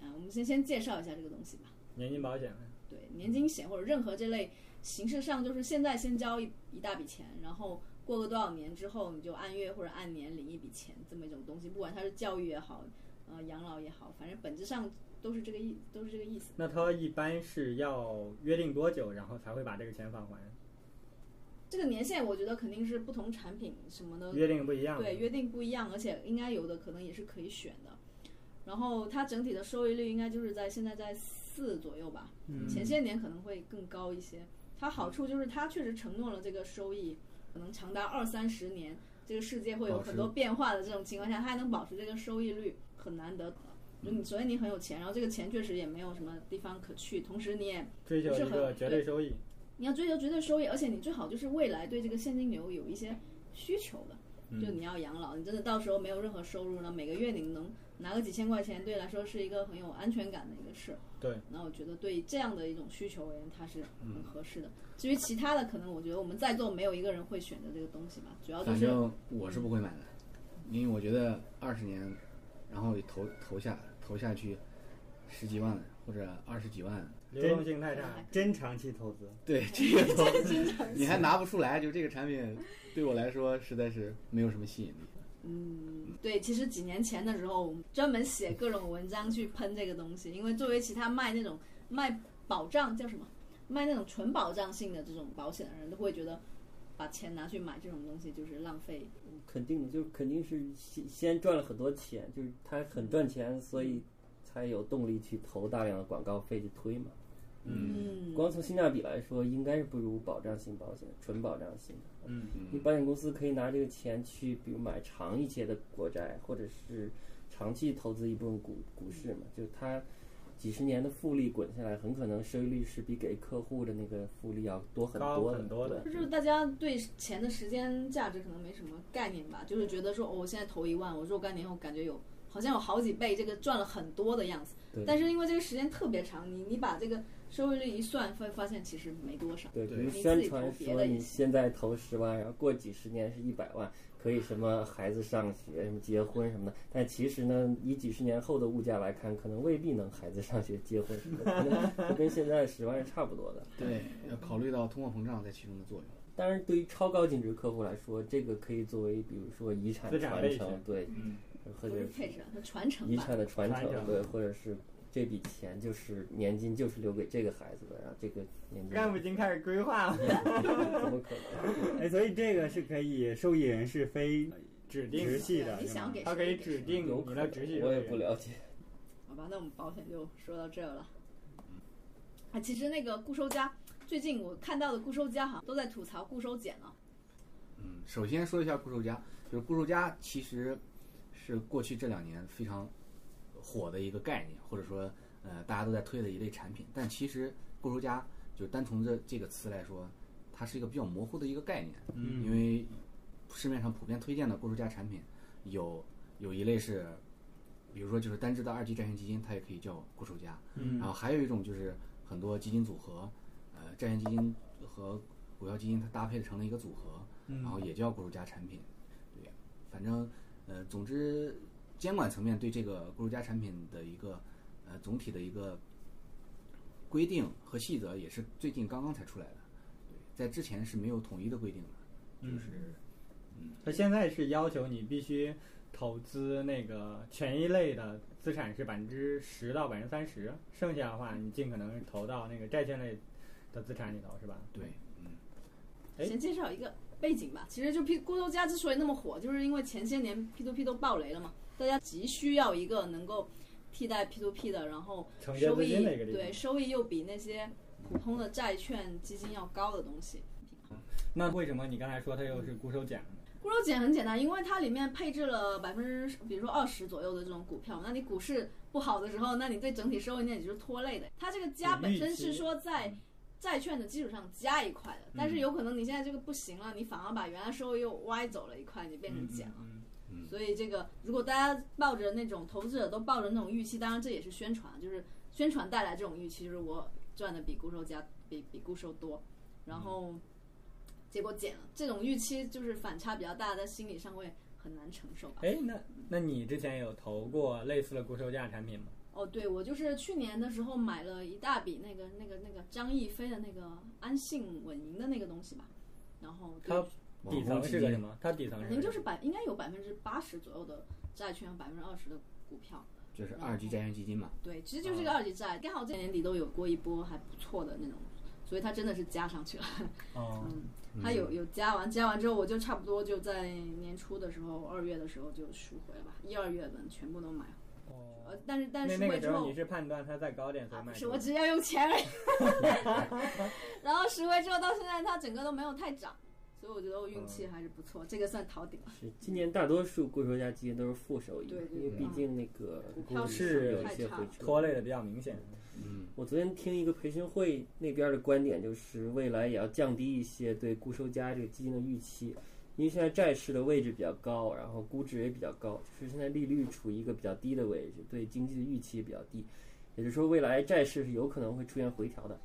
Speaker 2: 啊，我们先先介绍一下这个东西吧。
Speaker 1: 年金保险，
Speaker 2: 对年金险或者任何这类形式上，就是现在先交一一大笔钱，然后过个多少年之后，你就按月或者按年领一笔钱，这么一种东西，不管它是教育也好，呃，养老也好，反正本质上都是这个意，都是这个意思。
Speaker 1: 那他一般是要约定多久，然后才会把这个钱返还？
Speaker 2: 这个年限我觉得肯定是不同产品什么的
Speaker 1: 约定不一样。
Speaker 2: 对，，约定不一样，而且应该有的可能也是可以选的。然后它整体的收益率应该就是在现在在四左右吧，
Speaker 1: 嗯
Speaker 2: 前些年可能会更高一些。它好处就是它确实承诺了这个收益，可能长达二三十年，这个世界会有
Speaker 4: 保持
Speaker 2: 很多变化的这种情况下，它还能保持这个收益率，很难得。就你，所以你很有钱，然后这个钱确实也没有什么地方可去，同时你也
Speaker 1: 追求
Speaker 2: 不是
Speaker 1: 一个
Speaker 2: 很
Speaker 1: 绝对收益。
Speaker 2: 你要追求绝对收益，而且你最好就是未来对这个现金流有一些需求的，
Speaker 3: 嗯
Speaker 1: 嗯
Speaker 2: 就你要养老，你真的到时候没有任何收入呢，每个月你能拿个几千块钱，对来说是一个很有安全感的一个事。
Speaker 1: 对，
Speaker 2: 那我觉得对这样的一种需求而言，它是很合适的。至于其他的，可能我觉得我们在座没有一个人会选择这个东西吧，主要就
Speaker 4: 反
Speaker 2: 是
Speaker 4: 正我是不会买的，因为我觉得二十年，然后投投下投下去十几万或者二十几万，
Speaker 1: 流动性太差。
Speaker 3: 真长期投资，
Speaker 4: 对这个投你还拿不出来，就这个产品对我来说实在是没有什么吸引力。
Speaker 2: 嗯，对，其实几年前的时候，我们专门写各种文章去喷这个东西，因为作为其他卖那种卖保障叫什么，卖那种纯保障性的这种保险的人，都会觉得把钱拿去买这种东西就是浪费。
Speaker 5: 肯定的，就是肯定是先先赚了很多钱，就是他很赚钱，所以才有动力去投大量的广告费去推嘛。
Speaker 2: 嗯，
Speaker 5: 光从性价比来说，应该是不如保障性保险、纯保障性的。
Speaker 1: 嗯，
Speaker 5: 你保险公司可以拿这个钱去，比如买长一些的国债，或者是长期投资一部分股股市嘛，就它几十年的复利滚下来，很可能收益率是比给客户的那个复利要多很
Speaker 1: 高
Speaker 5: 多的。
Speaker 1: 很多的
Speaker 5: 对
Speaker 2: 就是大家对钱的时间价值可能没什么概念吧，就是觉得说，哦，我现在投一万，我若干年后感觉有好像有好几倍，这个赚了很多的样子。
Speaker 5: 对
Speaker 2: 但是因为这个时间特别长，你你把这个收益率一算，会发现其实没多少。
Speaker 5: 对，
Speaker 4: 对
Speaker 5: 比
Speaker 2: 你
Speaker 5: 如
Speaker 2: 自
Speaker 5: 宣
Speaker 2: 己投
Speaker 5: 传
Speaker 2: 别
Speaker 5: 说
Speaker 2: 的也
Speaker 5: 你
Speaker 2: 行
Speaker 5: 现在投十万，然后过几十年是一百万，可以什么孩子上学、什么结婚什么的。但其实呢，以几十年后的物价来看，可能未必能孩子上学、结婚什么的，可能就跟现在十万是差不多的。
Speaker 4: 对，要考虑到通货膨胀在其中的作用。
Speaker 5: 当然，对于超高净值客户来说，这个可以作为比如说遗产
Speaker 1: 资产
Speaker 5: 传
Speaker 1: 配
Speaker 5: 承
Speaker 1: 置，
Speaker 5: 对，
Speaker 1: 嗯
Speaker 5: 或
Speaker 2: 不
Speaker 5: 者
Speaker 2: 是
Speaker 5: 是
Speaker 2: 配置啊，是传承
Speaker 5: 遗
Speaker 2: 吧。
Speaker 5: 产的传
Speaker 1: 传承
Speaker 5: 承，对，或者是这笔钱就是年金就是留给这个孩子的，然后这个年金
Speaker 1: 干部已经开始规划了，
Speaker 5: 怎么可能？
Speaker 3: 哎，所以这个是可以受益人是非
Speaker 1: 指
Speaker 3: 直
Speaker 1: 定
Speaker 3: 系的，
Speaker 2: 你
Speaker 3: 是吗
Speaker 2: 想给
Speaker 1: 他可以指定
Speaker 5: 有
Speaker 1: 你
Speaker 5: 可
Speaker 1: 的
Speaker 5: 能
Speaker 1: 直系，
Speaker 5: 我也不了解。
Speaker 2: 好吧，那我们保险就说到这儿了。啊，其实那个固收加，最近我看到的固收加好像都在吐槽固收减啊了。
Speaker 4: 嗯，首先说一下固守家，就是固守家其实是过去这两年非常火的一个概念，或者说呃大家都在推的一类产品。但其实固守家就单从这这个词来说，它是一个比较模糊的一个概念，
Speaker 3: 嗯
Speaker 4: 因为市面上普遍推荐的固守家产品有有一类是，比如说就是单只的二级债券基金，它也可以叫固守家，然后还有一种就是很多基金组合，呃，债券基金和股票基金它搭配成了一个组合，
Speaker 1: 嗯
Speaker 4: 然后也叫固守加产品。对，反正呃，总之监管层面对这个固守加产品的一个呃总体的一个规定和细则也是最近刚刚才出来的，对，在之前是没有统一的规定的，
Speaker 1: 嗯
Speaker 4: 就是
Speaker 1: 他现在是要求你必须投资那个权益类的资产是百分之十到百分之三十，剩下的话你尽可能是投到那个债券类的资产里头，是吧？
Speaker 4: 对，嗯，
Speaker 1: 哎
Speaker 2: 先介绍一个背景吧。其实就 P 固收加之所以那么火，就是因为前些年 P to P 都爆雷了嘛，大家急需要一个能够替代 P2P 的，然后
Speaker 1: 承接
Speaker 2: 收
Speaker 1: 资
Speaker 2: 益
Speaker 1: 金的一个地方
Speaker 2: 对。收益又比那些普通的债券基金要高的东西。
Speaker 1: 那为什么你刚才说它又是固收减呢？
Speaker 2: 固收减很简单，因为它里面配置了百分之，比如说二十左右的这种股票。那你股市不好的时候，那你对整体收益那也就是拖累的。它这个加
Speaker 1: 有
Speaker 2: 本
Speaker 1: 预
Speaker 2: 身是
Speaker 1: 期
Speaker 2: 说在债券的基础上加一块的，但是
Speaker 4: 嗯
Speaker 2: 有可能你现在这个不行了，你反而把原来收益又歪走了一块，你变成减了。
Speaker 1: 嗯
Speaker 4: 嗯
Speaker 2: 所以这个，如果大家抱着那种投资者都抱着那种预期，当然这也是宣传，就是宣传带来这种预期，就是我赚的比固收加比比固收多，然后结果减了，这种预期就是反差比较大，在心理上会很难承受吧。
Speaker 1: 哎，那那你之前有投过类似的固收价产品吗？
Speaker 2: 哦，对，我就是去年的时候买了一大笔那个那个那个张艺飞的那个安信稳赢的那个东西吧，然后对
Speaker 1: 它底
Speaker 4: 网
Speaker 1: 层
Speaker 4: 红
Speaker 1: 是
Speaker 4: 基
Speaker 1: 个
Speaker 4: 金
Speaker 1: 什么？它底层
Speaker 2: 肯
Speaker 1: 是
Speaker 2: 定
Speaker 1: 个
Speaker 2: 就是百应该有百分之八十左右的债券和百分之二十的股票。
Speaker 4: 就是二级债券基金嘛，
Speaker 2: 对，其实
Speaker 1: 嗯
Speaker 2: 就是个二级债，刚好这年底都有过一波还不错的那种，所以它真的是加上去了。
Speaker 1: 哦，
Speaker 2: 嗯，
Speaker 4: 嗯
Speaker 2: 它有有加完，加完之后我就差不多就在年初的时候，二月的时候就赎回了吧，一二月份全部都买。呃
Speaker 1: 哦，
Speaker 2: 但是但
Speaker 1: 那
Speaker 2: 是
Speaker 1: 那
Speaker 2: 赎回
Speaker 1: 个时
Speaker 2: 之
Speaker 1: 候
Speaker 2: 后
Speaker 1: 你。是判断它在高点所
Speaker 2: 啊，
Speaker 1: 以
Speaker 2: 不
Speaker 1: 卖
Speaker 2: 是，
Speaker 1: 出
Speaker 2: 我
Speaker 1: 的，
Speaker 2: 只要用钱而已。 然后赎回之后到现在，它整个都没有太涨，所以我觉得我运气
Speaker 1: 嗯
Speaker 2: 还是不错，这个算逃顶了。
Speaker 5: 是今年大多数固收加基金都是负收益，
Speaker 2: 对对
Speaker 5: 因为
Speaker 2: 对
Speaker 5: 毕竟那个
Speaker 2: 股票
Speaker 1: 市
Speaker 5: 有
Speaker 1: 场
Speaker 2: 太
Speaker 5: 一些
Speaker 2: 差
Speaker 5: 回
Speaker 2: 了
Speaker 5: 撤
Speaker 1: 拖累的比较明显。
Speaker 4: 嗯
Speaker 5: 我昨天听一个培训会那边的观点，就是未来也要降低一些对固收加这个基金的预期，因为现在债市的位置比较高，然后估值也比较高，就是现在利率处于一个比较低的位置，对经济的预期也比较低，也就是说未来债市是有可能会出现回调的。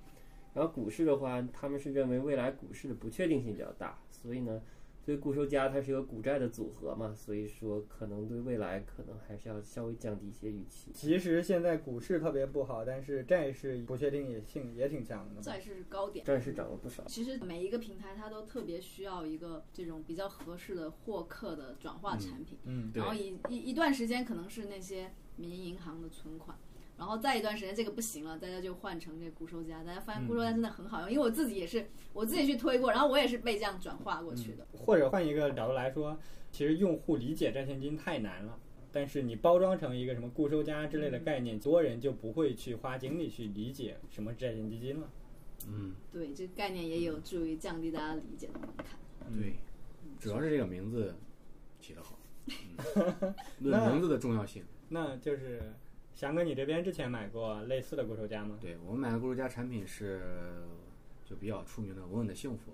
Speaker 5: 然后股市的话，他们是认为未来股市的不确定性比较大，所以呢，对固收加它是一个股债的组合嘛，所以说可能对未来可能还是要稍微降低一些预期。
Speaker 1: 其实现在股市特别不好，但是债市不确定也性也挺强的嘛。
Speaker 2: 债市高点。
Speaker 5: 债市涨了不少。
Speaker 2: 其实每一个平台它都特别需要一个这种比较合适的获客的转化产品，
Speaker 1: 嗯，
Speaker 4: 对
Speaker 2: 然后一一一段时间可能是那些民营银行的存款。然后再一段时间，这个不行了，大家就换成这固收加。大家发
Speaker 4: 嗯
Speaker 2: 现固收加真的很好用，因为我自己也是我自己去推过，然后我也是被这样转化过去的。
Speaker 1: 或者换一个角度来说，其实用户理解债券基金太难了。但是你包装成一个什么固收加之
Speaker 4: 嗯
Speaker 1: 类的概念，多人就不会去花精力去理解什么是债券基金了。
Speaker 4: 嗯，
Speaker 2: 对，这个概念也有助于降低大家理解的门槛。
Speaker 4: 嗯对，
Speaker 1: 嗯
Speaker 4: 主要是这个名字起得好， 嗯
Speaker 1: 那
Speaker 4: 论名字的重要性。
Speaker 1: 那就是翔哥，你这边之前买过类似的固收加吗？
Speaker 4: 对我买的固收加产品是就比较出名的稳稳的幸福，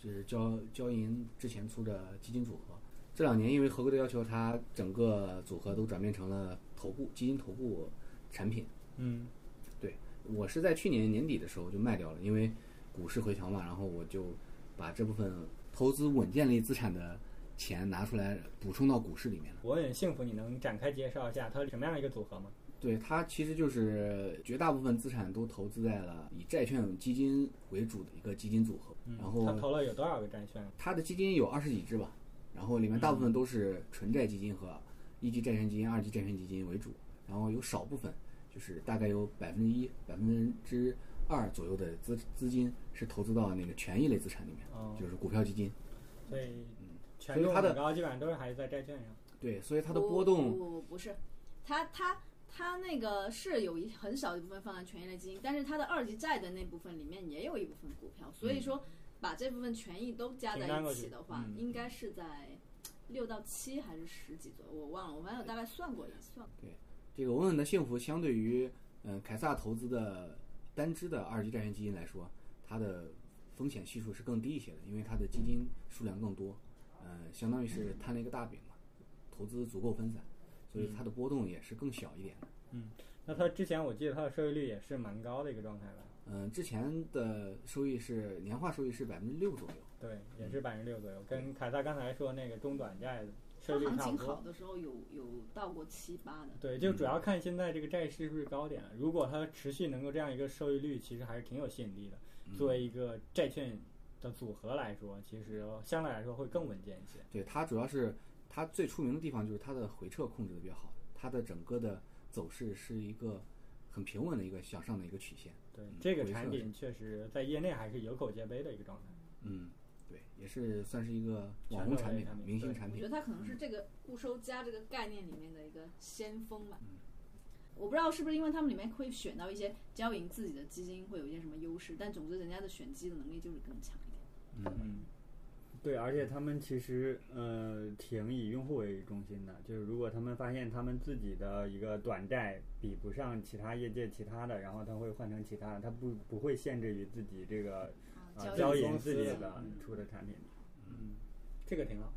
Speaker 4: 就是交交银之前出的基金组合。这两年因为合规的要求，它整个组合都转变成了头部基金头部产品。
Speaker 1: 嗯，
Speaker 4: 我是在去年年底的时候就卖掉了，因为股市回调嘛，然后我就把这部分投资稳健类资产的钱拿出来补充到股市里面了。
Speaker 1: 我很幸福，你能展开介绍一下它是什么样一个组合吗？
Speaker 4: 对，它其实就是绝大部分资产都投资在了以债券基金为主的一个基金组合，
Speaker 1: 嗯
Speaker 4: 然，后
Speaker 1: 他投了有多少个债券？
Speaker 4: 它的基金有二十几只吧，然后里面大部
Speaker 1: 嗯
Speaker 4: 分都是纯债基金和一级债券基金、二级债券基金为主，然后有少部分就是大概有百分之一、百分之二左右的资资金是投资到那个权益类资产里面，
Speaker 1: 哦，
Speaker 4: 就是股票基金。
Speaker 1: 所以权
Speaker 4: 所以
Speaker 1: 重
Speaker 4: 它的
Speaker 1: 很高，基本上都是还是在债券上。
Speaker 4: 对，所以它的
Speaker 2: 不
Speaker 4: 波动，
Speaker 2: 不不不是，它它它那个是有一很小一部分放在权益类基金，但是它的二级债的那部分里面也有一部分股票，所
Speaker 4: 嗯
Speaker 2: 以说把这部分权益都加在
Speaker 1: 平摊
Speaker 2: 一
Speaker 1: 过去
Speaker 2: 起的话，
Speaker 1: 嗯
Speaker 2: 应该是在六到七还是十几左右，我忘了，我反正有大概算过一算。
Speaker 4: 这个稳稳的幸福相对于嗯凯撒投资的单只的二级债券基金来说，它的风险系数是更低一些的，因为它的基金数量更多，嗯，相当于是摊了一个大饼嘛，投资足够分散，所以它的波动也是更小一点的。
Speaker 1: 那它之前我记得它的收益率也是蛮高的一个状态吧？
Speaker 4: 嗯，之前的收益是年化收益是百分之六左右，
Speaker 1: 对，也
Speaker 4: 嗯
Speaker 1: 是百分之六左右，跟凯撒刚才说那个中短债的收
Speaker 2: 它
Speaker 1: 益率
Speaker 2: 行
Speaker 1: 差
Speaker 2: 情
Speaker 1: 不
Speaker 2: 好
Speaker 1: 多。
Speaker 2: 的时候有有到过七八的，
Speaker 1: 对，就主
Speaker 4: 嗯
Speaker 1: 要看现在这个债市是不是高点了。如果它持续能够这样一个收益率，其实还是挺有吸引力的。
Speaker 4: 嗯
Speaker 1: 作为一个债券的组合来说，其实相对来说会更稳健一些。
Speaker 4: 对，它主要是它最出名的地方就是它的回撤控制的比较好，它的整个的走势是一个很平稳的一个向上的一个曲线。
Speaker 1: 对
Speaker 4: 嗯，
Speaker 1: 这个
Speaker 4: 回撤
Speaker 1: 产品确实在业内还是有口皆碑的一个状态。
Speaker 4: 嗯，对，也是算是一个网红产品吧、明星产
Speaker 2: 我
Speaker 4: 品
Speaker 2: 觉得。它可能是这个固收加这个概念里面的一个先锋吧。我不知道是不是因为他们里面会选到一些交银自己的基金会有一些什么优势，但总之人家的选基的能力就是更强一点。
Speaker 1: 嗯，
Speaker 3: 对，而且他们其实呃挺以用户为中心的，就是如果他们发现他们自己的一个短债比不上其他业界其他的，然后他会换成其他的，他不不会限制于自己这个
Speaker 2: 啊，
Speaker 3: 啊
Speaker 1: 交
Speaker 3: 交
Speaker 1: 易
Speaker 2: 易
Speaker 1: 公
Speaker 3: 易
Speaker 1: 司嗯
Speaker 3: 自己
Speaker 1: 的
Speaker 3: 的出的产品。
Speaker 5: 嗯
Speaker 3: 嗯
Speaker 1: 这个挺好。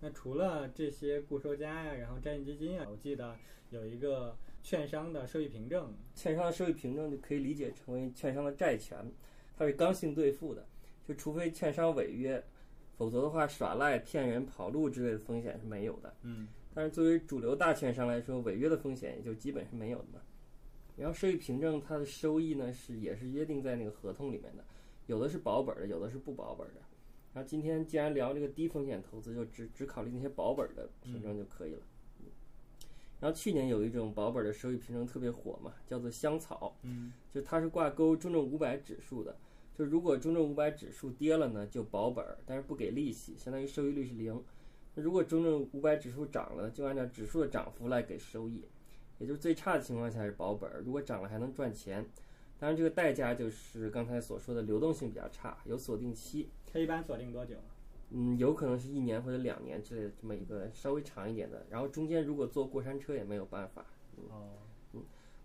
Speaker 1: 那除了这些固收加呀、然后战略基金啊，我记得有一个券商的收益凭证，
Speaker 5: 券商的收益凭证就可以理解成为券商的债权，它是刚性兑付的，就除非券商违约，否则的话耍赖、骗人、跑路之类的风险是没有的。
Speaker 1: 嗯，
Speaker 5: 但是作为主流大券商来说，违约的风险也就基本是没有的嘛。然后收益凭证它的收益呢是也是约定在那个合同里面的，有的是保本的，有的是不保本的。然后今天既然聊这个低风险投资，就只只考虑那些保本的凭证就可以了。嗯然后去年有一种保本的收益凭证特别火嘛，叫做香草，
Speaker 1: 嗯，
Speaker 5: 就它是挂钩中证五百指数的。就如果中证五百指数跌了呢，就保本儿，但是不给利息，相当于收益率是零。那如果中证五百指数涨了，就按照指数的涨幅来给收益，也就是最差的情况下是保本儿，如果涨了还能赚钱。当然，这个代价就是刚才所说的流动性比较差，有锁定期，
Speaker 1: 它一般锁定多久？
Speaker 5: 嗯，有可能是一年或者两年之类的这么一个稍微长一点的。然后中间如果坐过山车也没有办法。
Speaker 1: 哦，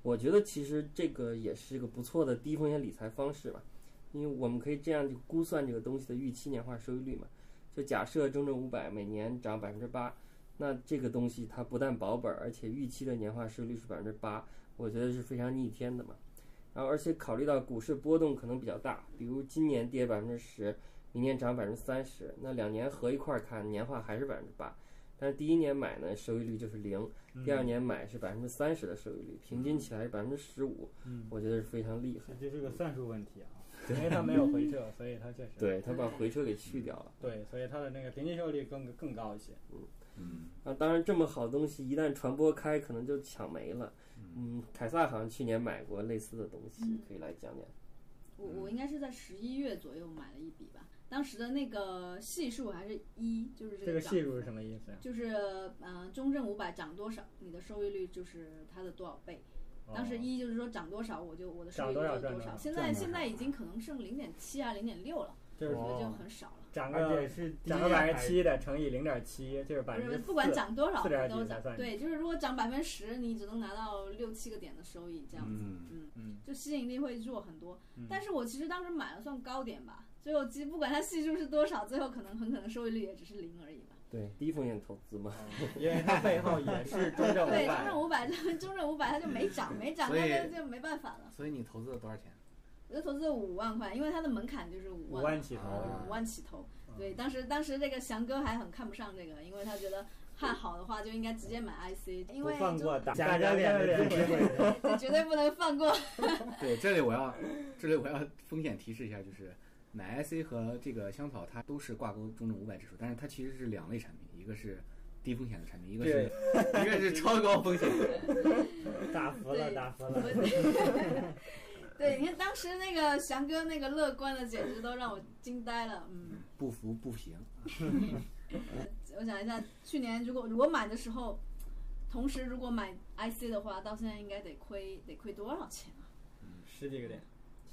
Speaker 5: 我觉得其实这个也是一个不错的低风险理财方式吧，因为我们可以这样就估算这个东西的预期年化收益率嘛。就假设中证五百每年涨百分之八，那这个东西它不但保本，而且预期的年化收益率是百分之八，我觉得是非常逆天的嘛。然后而且考虑到股市波动可能比较大，比如今年跌百分之十，明年涨百分之三十，那两年合一块儿看年化还是百分之八，但是第一年买呢收益率就是零。
Speaker 1: 嗯
Speaker 5: 第
Speaker 3: 嗯
Speaker 5: 二年买是百分之三十的收益率，平均起来是百分之十五，
Speaker 1: 嗯，
Speaker 5: 我觉得是非常厉害
Speaker 3: 这。就是个算术问题 啊，
Speaker 1: 因为它没有回撤，所以它确实
Speaker 5: 对他把回撤给去掉了。
Speaker 1: 对，所以它的那个平均收益率更更高一些。
Speaker 4: 嗯，
Speaker 5: 啊，当然这么好的东西一旦传播开，可能就抢没了。嗯，凯撒好像去年买过类似的东西
Speaker 2: 嗯，
Speaker 5: 可以来讲讲。
Speaker 2: 我
Speaker 1: 嗯
Speaker 2: 我应该是在十一月左右买了一笔吧，当时的那个系数还是一，就是
Speaker 1: 这个
Speaker 2: 涨
Speaker 1: 系数
Speaker 2: 幅
Speaker 1: 是什么意思呀？
Speaker 2: 就是嗯、呃中证五百涨多少，你的收益率就是它的多少倍。当时
Speaker 1: 哦
Speaker 2: 一就是说涨多少，我就我的收
Speaker 1: 涨
Speaker 2: 益率
Speaker 1: 多
Speaker 2: 就
Speaker 1: 少
Speaker 2: 有
Speaker 1: 赚
Speaker 2: 多
Speaker 1: 多少
Speaker 2: 少。现
Speaker 4: 赚
Speaker 2: 在
Speaker 4: 多
Speaker 2: 现在已经可能剩零点七啊，零点六了，
Speaker 1: 就是
Speaker 2: 所以就
Speaker 3: 哦
Speaker 2: 很少了。
Speaker 1: 涨
Speaker 3: 而
Speaker 1: 个
Speaker 3: 且是低
Speaker 1: 涨个百分
Speaker 3: 还
Speaker 1: 之七的乘以零点七，就是百分
Speaker 2: 不
Speaker 1: 之
Speaker 2: 是，不管涨多少
Speaker 1: 4.9
Speaker 2: 你都
Speaker 1: 才
Speaker 2: 涨
Speaker 1: 算。
Speaker 2: 对，就是如果涨百分之十，你只能拿到六七个点的收益这样子。
Speaker 4: 嗯
Speaker 2: 嗯，
Speaker 1: 嗯，
Speaker 2: 就吸引力会弱很多
Speaker 1: 嗯。
Speaker 2: 但是我其实当时买了算高点吧，所以我其实不管它系数是多少，最后可能很可能收益率也只是零而已吧。
Speaker 5: 对，低风险投资嘛。
Speaker 1: 因为它背后也是中证五
Speaker 2: 对，中
Speaker 1: 百
Speaker 2: 证，五百，中证五百它就没涨，没涨，
Speaker 4: 所以
Speaker 2: 那就就没办法了。
Speaker 4: 所以你投资了多少钱？
Speaker 2: 我就投资了五万块，因为它的门槛就是五
Speaker 1: 五
Speaker 2: 万，
Speaker 1: 万起
Speaker 4: 啊
Speaker 1: 头，
Speaker 2: 五万起投。
Speaker 5: 嗯
Speaker 2: 对，当时当时这个翔哥还很看不上这个，因为他觉得看好的话就应该直接买 IC，因
Speaker 3: 不
Speaker 2: 为
Speaker 3: 放过打假
Speaker 1: 假假
Speaker 3: 假
Speaker 1: 脸
Speaker 3: 脸
Speaker 1: 的
Speaker 3: 的
Speaker 1: 机
Speaker 3: 机
Speaker 1: 会
Speaker 3: 会。
Speaker 2: 就绝对不能放过。
Speaker 4: 对，这里我要，这里我要风险提示一下，就是奶 IC 和这个香草它都是挂钩中证五百指数，但是它其实是两类产品，一个是低风险的产品，一个是一个是超高风险。
Speaker 3: 打服了，
Speaker 2: 对
Speaker 3: 打服了。
Speaker 5: 嗯
Speaker 2: 我 对，你看当时那个翔哥那个乐观的，简直都让我惊呆了。嗯，
Speaker 4: 不服不平，
Speaker 2: 我想一下，去年如果如果买的时候，同时如果买 IC 的话，到现在应该得亏得亏多少钱啊？
Speaker 1: 十几个点，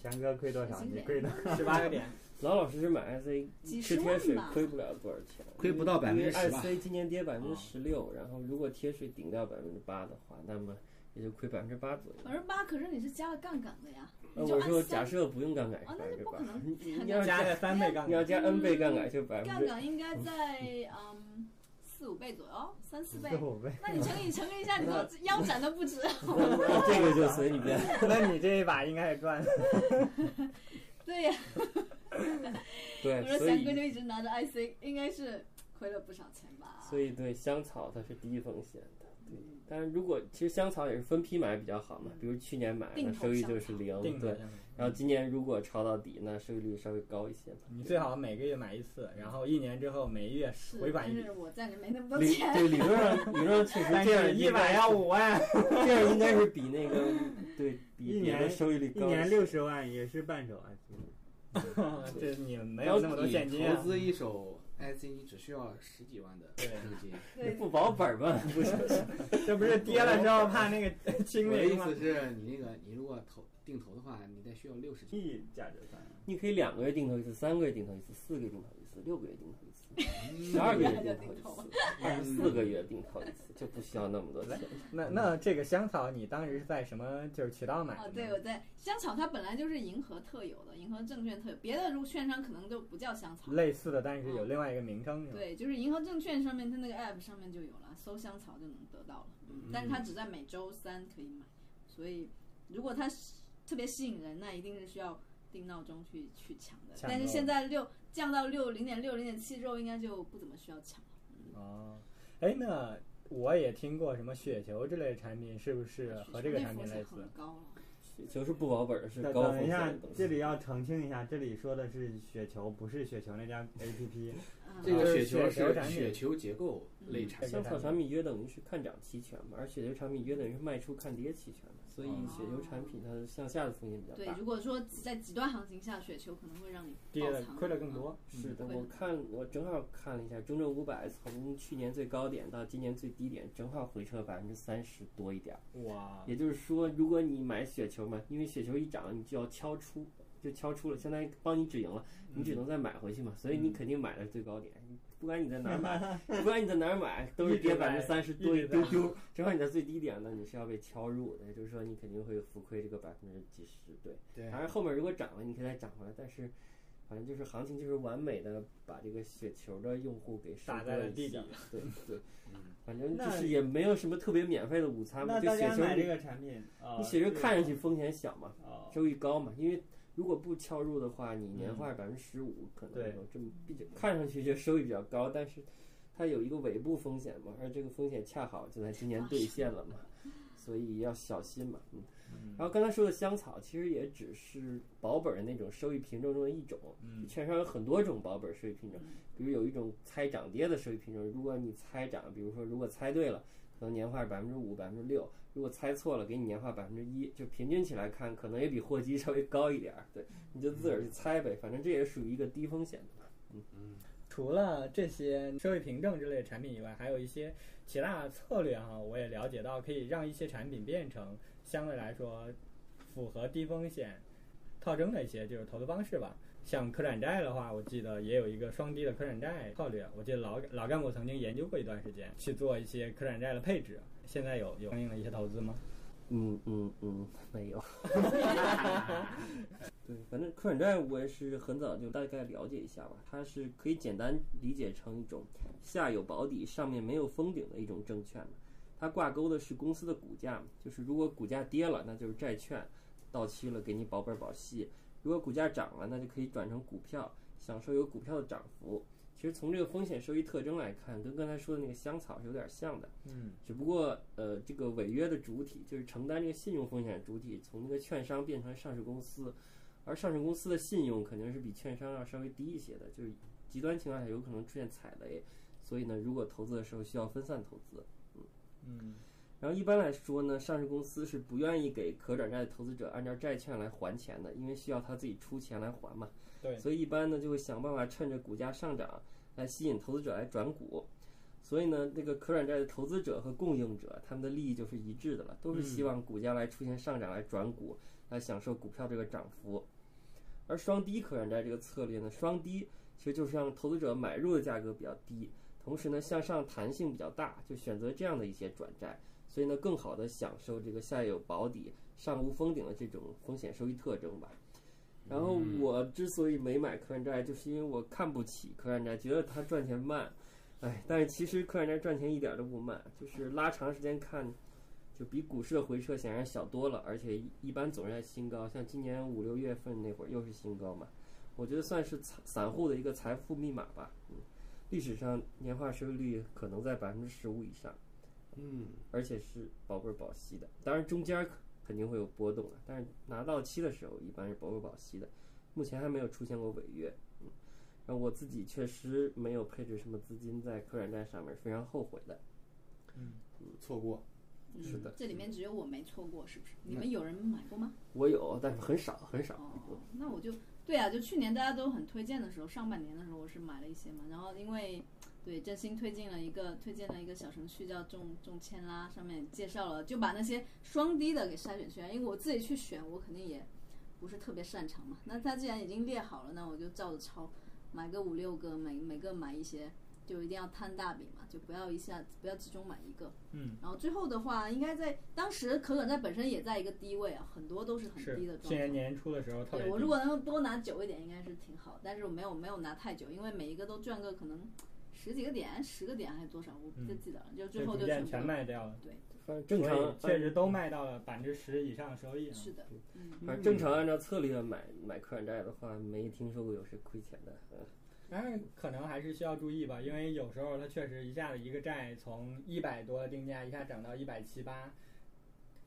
Speaker 3: 翔哥亏多少？
Speaker 2: 神经
Speaker 3: 你
Speaker 2: 病
Speaker 3: 亏多
Speaker 1: 十八个 点，
Speaker 5: 老老实实买 IC，
Speaker 2: 几
Speaker 5: 吃
Speaker 2: 十
Speaker 5: 贴
Speaker 2: 万
Speaker 5: 水
Speaker 2: 吧
Speaker 5: 亏不了多少钱，
Speaker 4: 亏不到
Speaker 5: 因为
Speaker 4: 10%吧
Speaker 5: IC 今年跌百分之十六，然后如果贴水顶掉百分之八的话，那么也就亏百分之八左右。
Speaker 2: 百分之八，可是你是加了杠杆的呀，
Speaker 5: 那
Speaker 2: 你就
Speaker 5: 我
Speaker 2: 按
Speaker 5: 说，
Speaker 2: 三
Speaker 5: 假设不用杠杆是
Speaker 2: 哦
Speaker 5: 百
Speaker 2: 那就
Speaker 5: 分之
Speaker 2: 不
Speaker 5: 八
Speaker 2: 可，能
Speaker 5: 你你要是
Speaker 1: 加
Speaker 5: 加
Speaker 1: 个三倍杠
Speaker 5: 你要
Speaker 1: 杆，
Speaker 5: 加 n 倍杠杆就百分
Speaker 2: 杠
Speaker 5: 之，
Speaker 2: 杆应该在嗯四五倍左右，三四倍
Speaker 3: 少？。
Speaker 5: 嗯
Speaker 3: 五倍。
Speaker 2: 那你乘以乘以一下，你都腰斩都不止。
Speaker 5: 那 这个就随你 便。
Speaker 3: 那你这一把应该也赚了。
Speaker 2: 对呀、我，
Speaker 5: 对
Speaker 2: 说
Speaker 5: 哎所
Speaker 2: 翔哥
Speaker 5: 以
Speaker 2: 就一直拿着 IC，应该是亏了不少钱吧？
Speaker 5: 所以对香草它是低风险的，对。但是如果其实香草也是分批买比较好嘛，比如去年买
Speaker 2: 定
Speaker 5: 那
Speaker 2: 投
Speaker 5: 收益
Speaker 2: 香
Speaker 5: 就是零，
Speaker 1: 定
Speaker 5: 对
Speaker 1: 的。。
Speaker 3: 嗯
Speaker 5: 然后今年如果抄到底，那收益率稍微高一些嘛。
Speaker 1: 你最好每个月买一次，然后一年之后每月
Speaker 2: 是，
Speaker 1: 回款
Speaker 2: 但
Speaker 1: 一笔
Speaker 2: 是，我暂时没那么多
Speaker 5: 理
Speaker 2: 钱。
Speaker 5: 对理论上理论上确实
Speaker 1: 但
Speaker 5: 这样
Speaker 1: 是一
Speaker 5: 应该
Speaker 1: 百要五万，
Speaker 5: 这样应该是比那个对比
Speaker 3: 一
Speaker 5: 别的
Speaker 3: 年
Speaker 5: 收益率
Speaker 3: 一
Speaker 5: 高
Speaker 3: 年
Speaker 5: 些
Speaker 3: 六 十万也是半手啊 IC，
Speaker 1: 这你没有那么多现金
Speaker 4: 投
Speaker 1: 啊。
Speaker 4: 资一手 IC 你只需要十几万的
Speaker 1: 对
Speaker 4: 资金。
Speaker 5: 你不保本儿吗？
Speaker 1: 这不是跌了之后怕那个 清
Speaker 4: 我的
Speaker 1: 零
Speaker 4: 意
Speaker 1: 吗
Speaker 4: 思？是你那个，你如果投定投的话，你得需要六十几。
Speaker 3: T 价值算啊
Speaker 5: 你可以两个月定投一次，三个月定投一次，四个月定投一次，六个月定投一次，
Speaker 4: 嗯
Speaker 5: 十二个月定投一次， 二十四个月定投一次，就不需要那么多钱。
Speaker 1: 那那这个香草你当时是在什么就是渠道买的
Speaker 2: 哦
Speaker 1: 呢？，
Speaker 2: 对，我在香草，它本来就是银河特有的，银河证券特有，别的如券商可能就不叫香草。
Speaker 1: 类似的，但是有另外一个名称是吧？
Speaker 2: 哦对，就是银河证券上面它那个 app 上面就有了，搜香草就能得到了。嗯，但是它只在每周三可以买，所以如果它是特别吸引人，那一定是需要定闹钟去去抢的。
Speaker 1: 抢
Speaker 2: 但是
Speaker 1: 到
Speaker 2: 现在六降到六零点六零点七之后，应该就不怎么需要抢了。
Speaker 1: 哦，哎，那我也听过什么雪球之类的产品，是不是和啊这个产品类
Speaker 2: 风险
Speaker 1: 似
Speaker 2: 很？高了。
Speaker 5: 就是不保本儿是
Speaker 3: 等
Speaker 5: 高风
Speaker 3: 等一
Speaker 5: 险
Speaker 3: 下
Speaker 5: 的东，西。
Speaker 3: 这里要澄清一下，这里说的是雪球，不是雪球那家 APP。
Speaker 4: 这
Speaker 2: 嗯，
Speaker 4: 个
Speaker 1: 就是
Speaker 4: 雪球
Speaker 1: 雪球
Speaker 4: 是
Speaker 1: 产品
Speaker 4: 雪球结构类产
Speaker 1: 这
Speaker 4: 品
Speaker 1: 个
Speaker 5: 香草
Speaker 1: 产品
Speaker 5: 产品约等于是看涨期权嘛，而雪球产品约等于是卖出看跌期权嘛，所以
Speaker 4: 哦
Speaker 5: 雪球产品它向下的风险比较
Speaker 2: 对，
Speaker 5: 大。
Speaker 2: 如果说在极端行情下，雪球可能会让你
Speaker 1: 跌
Speaker 2: 爆
Speaker 1: 了
Speaker 2: 仓啊
Speaker 1: 亏了更多，
Speaker 5: 是的，
Speaker 2: 会的
Speaker 5: 嗯我看我正好看了一下中证五百从去年最高点到今年最低点，正好回撤百分之三十多一点儿。
Speaker 1: 哇！
Speaker 5: 也就是说，如果你买雪球嘛，因为雪球一涨你就要敲出，就敲出了，相当于帮你止盈了，你
Speaker 1: 嗯
Speaker 5: 只能再买回去嘛，所以你肯定买的是最高点。不管你在哪儿买，不管你在哪儿买，都是跌
Speaker 1: 一直
Speaker 5: 百
Speaker 1: 买
Speaker 5: 分之三十多
Speaker 1: 一
Speaker 5: 一
Speaker 1: 直
Speaker 5: 丢
Speaker 1: 买
Speaker 5: 丢。正好你在最低点呢，你是要被敲入的，也就是说你肯定会浮亏这个百分之几十。对，
Speaker 4: 对
Speaker 5: 当然后面如果涨了，你可以再涨回来，但是反正就是行情就是完美的把这个雪球的用户给收
Speaker 1: 打
Speaker 5: 割
Speaker 1: 在了
Speaker 5: 一
Speaker 1: 地
Speaker 5: 下
Speaker 1: 底。
Speaker 5: 对对，反正就
Speaker 3: 那
Speaker 5: 是也没有什么特别免费的午餐嘛，
Speaker 3: 那
Speaker 5: 就
Speaker 3: 大
Speaker 5: 雪
Speaker 3: 家
Speaker 5: 球
Speaker 3: 买
Speaker 5: 你
Speaker 3: 这个产品，啊，
Speaker 5: 你雪
Speaker 1: 哦
Speaker 5: 球看上去风险小嘛，
Speaker 3: 哦，
Speaker 1: 啊
Speaker 5: 收益高嘛，因为如果不敲入的话，你年化百分之十五可能
Speaker 1: 对
Speaker 5: 有这么比较看上去就收益比较高，但是它有一个尾部风险嘛，而这个风险恰好就在今年兑现了嘛， 所以要小心嘛。嗯，然后刚才说的香草其实也只是保本儿的那种收益品种中的一种，
Speaker 1: 嗯
Speaker 5: 券商有很多种保本儿收益品种，比如有一种猜涨跌的收益品种，如果你猜涨，比如说如果猜对了。可能年化百分之五、百分之六，如果猜错了，给你年化百分之一，就平均起来看，可能也比货基稍微高一点儿。对，你就自个儿去猜呗，反正这也属于一个低风险的嘛。
Speaker 1: 除了呃这些社会凭证之类的产品以外，还有一些其他的策略哈、我也了解到可以让一些产品变成相对来说符合低风险套征的一些就是投资方式吧。像可转债的话，我记得也有一个双低的可转债策略，我记得老老干部曾经研究过一段时间去做一些可转债的配置。现在有有相应的一些投资吗？
Speaker 5: 嗯嗯嗯，没有。对，反正可转债我也是很早就大概了解一下吧，它是可以简单理解成一种下有保底、上面没有封顶的一种证券嘛。它挂钩的是公司的股价，就是如果股价跌了，那就是债券到期了给你保本保息；如果股价涨了，那就可以转成股票，享受有股票的涨幅。其实从这个风险收益特征来看，跟刚才说的那个香草是有点像的。只不过呃，这个违约的主体就是承担这个信用风险的主体，从那个券商变成了上市公司，而上市公司的信用肯定是比券商要稍微低一些的，就是极端情况下有可能出现踩雷，所以呢，如果投资的时候需要分散投资。
Speaker 1: 嗯，
Speaker 5: 然后一般来说呢，上市公司是不愿意给可转债的投资者按照债券来还钱的，因为需要他自己出钱来还嘛。
Speaker 1: 对
Speaker 5: 所以一般呢就会想办法趁着股价上涨来吸引投资者来转股。所以呢，这个可转债的投资者和供应者他们的利益就是一致的了，都是希望股价来出现上涨来转股，来享受股票这个涨幅。而双低可转债这个策略呢，双低其实就是让投资者买入的价格比较低，同时呢向上弹性比较大，就选择这样的一些转债。所以呢，更好的享受这个下有保底、上无封顶的这种风险收益特征吧。然后我之所以没买可转债，就是因为我看不起可转债，觉得它赚钱慢。哎，但是其实可转债赚钱一点都不慢，就是拉长时间看，就比股市的回撤显然小多了，而且一一般总是在新高，像今年五六月份那会儿又是新高嘛，我觉得算是散散户的一个财富密码吧。嗯，历史上年化收益率可能在百分之十五以上。
Speaker 4: 嗯，
Speaker 5: 而且是保本保息的。当然中间儿肯定会有波动啊，但是拿到期的时候一般是保本保息的。目前还没有出现过违约，嗯，然后我自己确实没有配置什么资金在可转债上面，是非常后悔的。
Speaker 4: 嗯错过是的，
Speaker 2: 嗯这里面只有我没错过，是不是？
Speaker 4: 嗯
Speaker 2: 你们有人买过吗？
Speaker 5: 我有，但是很少很少。
Speaker 2: 哦，那我就对啊，就去年大家都很推荐的时候，上半年的时候我是买了一些嘛，然后因为对真心推荐了一个推荐了一个小程序叫中中签啦，上面介绍了就把那些双低的给筛选出来，因为我自己去选我肯定也不是特别擅长嘛。那他既然已经列好了，那我就照着抄，买个五六个，每每个买一些，就一定要摊大饼嘛，就不要一下不要集中买一个。
Speaker 1: 嗯，
Speaker 2: 然后最后的话，应该在当时可转债本身也在一个低位啊，很多都是很
Speaker 1: 是
Speaker 2: 低的状
Speaker 1: 去
Speaker 2: 态。
Speaker 1: 年年初的时候特别
Speaker 2: 对我
Speaker 1: 低
Speaker 2: 如果能够多拿久一点，应该是挺好。但是我没有没有拿太久，因为每一个都赚个可能十几个点、十个点还是多少，我不太记得了。就最后
Speaker 1: 嗯逐
Speaker 2: 就
Speaker 1: 渐
Speaker 2: 全
Speaker 1: 全
Speaker 2: 部
Speaker 1: 卖掉了，
Speaker 2: 对，
Speaker 5: 反正正
Speaker 1: 所以
Speaker 5: 常，
Speaker 1: 确实都卖到了百分之十以上的收益啊。
Speaker 2: 嗯是的，嗯，
Speaker 5: 反正正常按照策略买买可转债的话，没听说过有谁亏钱的。嗯
Speaker 1: 当然，可能还是需要注意吧，因为有时候它确实一下子一个债从一百多的定价一下涨到一百七八，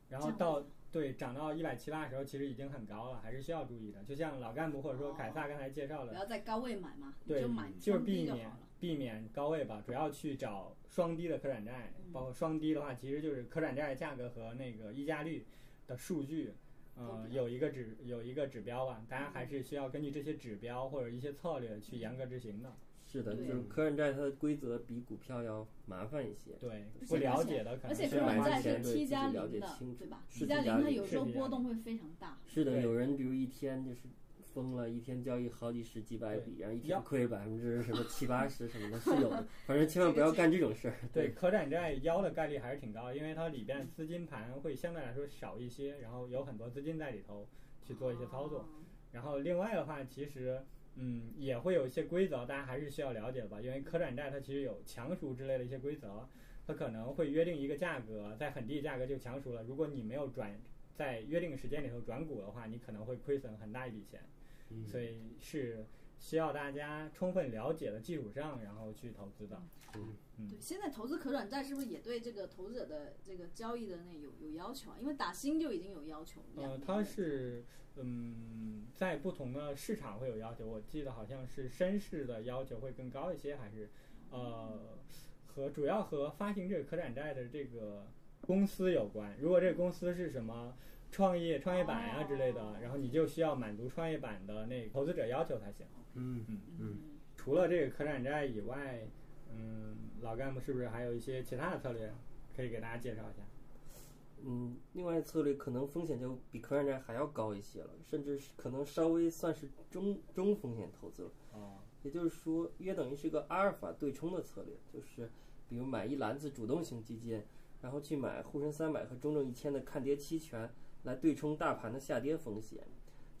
Speaker 1: 然后
Speaker 2: 这样
Speaker 1: 到对涨到一百七八的时候，其实已经很高了，还是需要注意的。就像老干部或者
Speaker 2: 哦
Speaker 1: 说凯撒刚才介绍
Speaker 2: 不
Speaker 1: 的，
Speaker 2: 要在高位买嘛，你
Speaker 1: 对
Speaker 2: 就买
Speaker 1: 就是
Speaker 2: 中低
Speaker 1: 避
Speaker 2: 就好
Speaker 1: 免
Speaker 2: 了。
Speaker 1: 避免高位吧，主要去找双低的可转债，
Speaker 2: 嗯
Speaker 1: 包括双低的话，其实就是可转债价格和那个溢价率的数据，
Speaker 2: 都
Speaker 1: 呃，
Speaker 2: 比较嗯
Speaker 1: 有一个指有一个指标吧，大家还是需要根据这些指标或者一些策略去严格执行的。
Speaker 5: 是的，就
Speaker 2: 对
Speaker 5: 是可转债它的规则比股票要麻烦一些，
Speaker 1: 对
Speaker 2: 而，且
Speaker 1: 不了解的可
Speaker 2: 而
Speaker 1: 能
Speaker 2: 且
Speaker 5: 是
Speaker 2: 可
Speaker 1: 是
Speaker 5: 买
Speaker 2: 转
Speaker 1: 蛮
Speaker 2: 债
Speaker 5: 之
Speaker 2: 是
Speaker 5: 前对自
Speaker 2: T
Speaker 5: 己
Speaker 2: 加
Speaker 5: 了
Speaker 2: 零
Speaker 5: 解
Speaker 2: 的
Speaker 5: 清，楚
Speaker 2: 对吧
Speaker 5: 是
Speaker 2: ？T 加
Speaker 5: T 加
Speaker 2: 零它
Speaker 5: 零
Speaker 2: 有
Speaker 1: 是
Speaker 2: 时候
Speaker 1: T 加
Speaker 2: 波
Speaker 1: 零
Speaker 2: 动会非常大。
Speaker 5: 是的，
Speaker 1: 对
Speaker 5: 有人比如一天就是疯了，一天交易好几十几百笔，然后一天
Speaker 1: 要
Speaker 5: 亏百分之什么七 八十什么的，是有的。反正千万不要干这种事儿。
Speaker 1: 对，可转债腰的概率还是挺高，因为它里边资金盘会相对来说少一些，然后有很多资金在里头去做一些操作。嗯
Speaker 2: 哦
Speaker 1: 然后另外的话，其实嗯也会有一些规则，大家还是需要了解的吧，因为可转债它其实有强赎之类的一些规则，它可能会约定一个价格，在很低的价格就强赎了，如果你没有转在约定的时间里头转股的话，你可能会亏损很大一笔钱，
Speaker 5: 嗯
Speaker 1: 所以是需要大家充分了解的基础上，然后去投资的。嗯
Speaker 2: 对，现在投资可转债是不是也对这个投资者的这个交易的那有有要求啊？因为打新就已经有要求了。
Speaker 1: 呃，它是嗯，在不同的市场会有要求，我记得好像是绅士的要求会更高一些，还是呃和主要和发行这个可转债的这个公司有关。如果这个公司是什么创业创业板呀、之类的
Speaker 2: 哦，
Speaker 1: 然后你就需要满足创业板的那个投资者要求才行。
Speaker 5: 嗯，
Speaker 2: 嗯，
Speaker 1: 除了这个可转债以外，嗯，老干部是不是还有一些其他的策略可以给大家介绍一下？
Speaker 5: 嗯，另外策略可能风险就比可转债还要高一些了，甚至是可能稍微算是中中风险投资了。
Speaker 1: 哦，
Speaker 5: 也就是说，约等于是个阿尔法对冲的策略，就是比如买一篮子主动型基金，然后去买沪深三百和中证一千的看跌期权，来对冲大盘的下跌风险。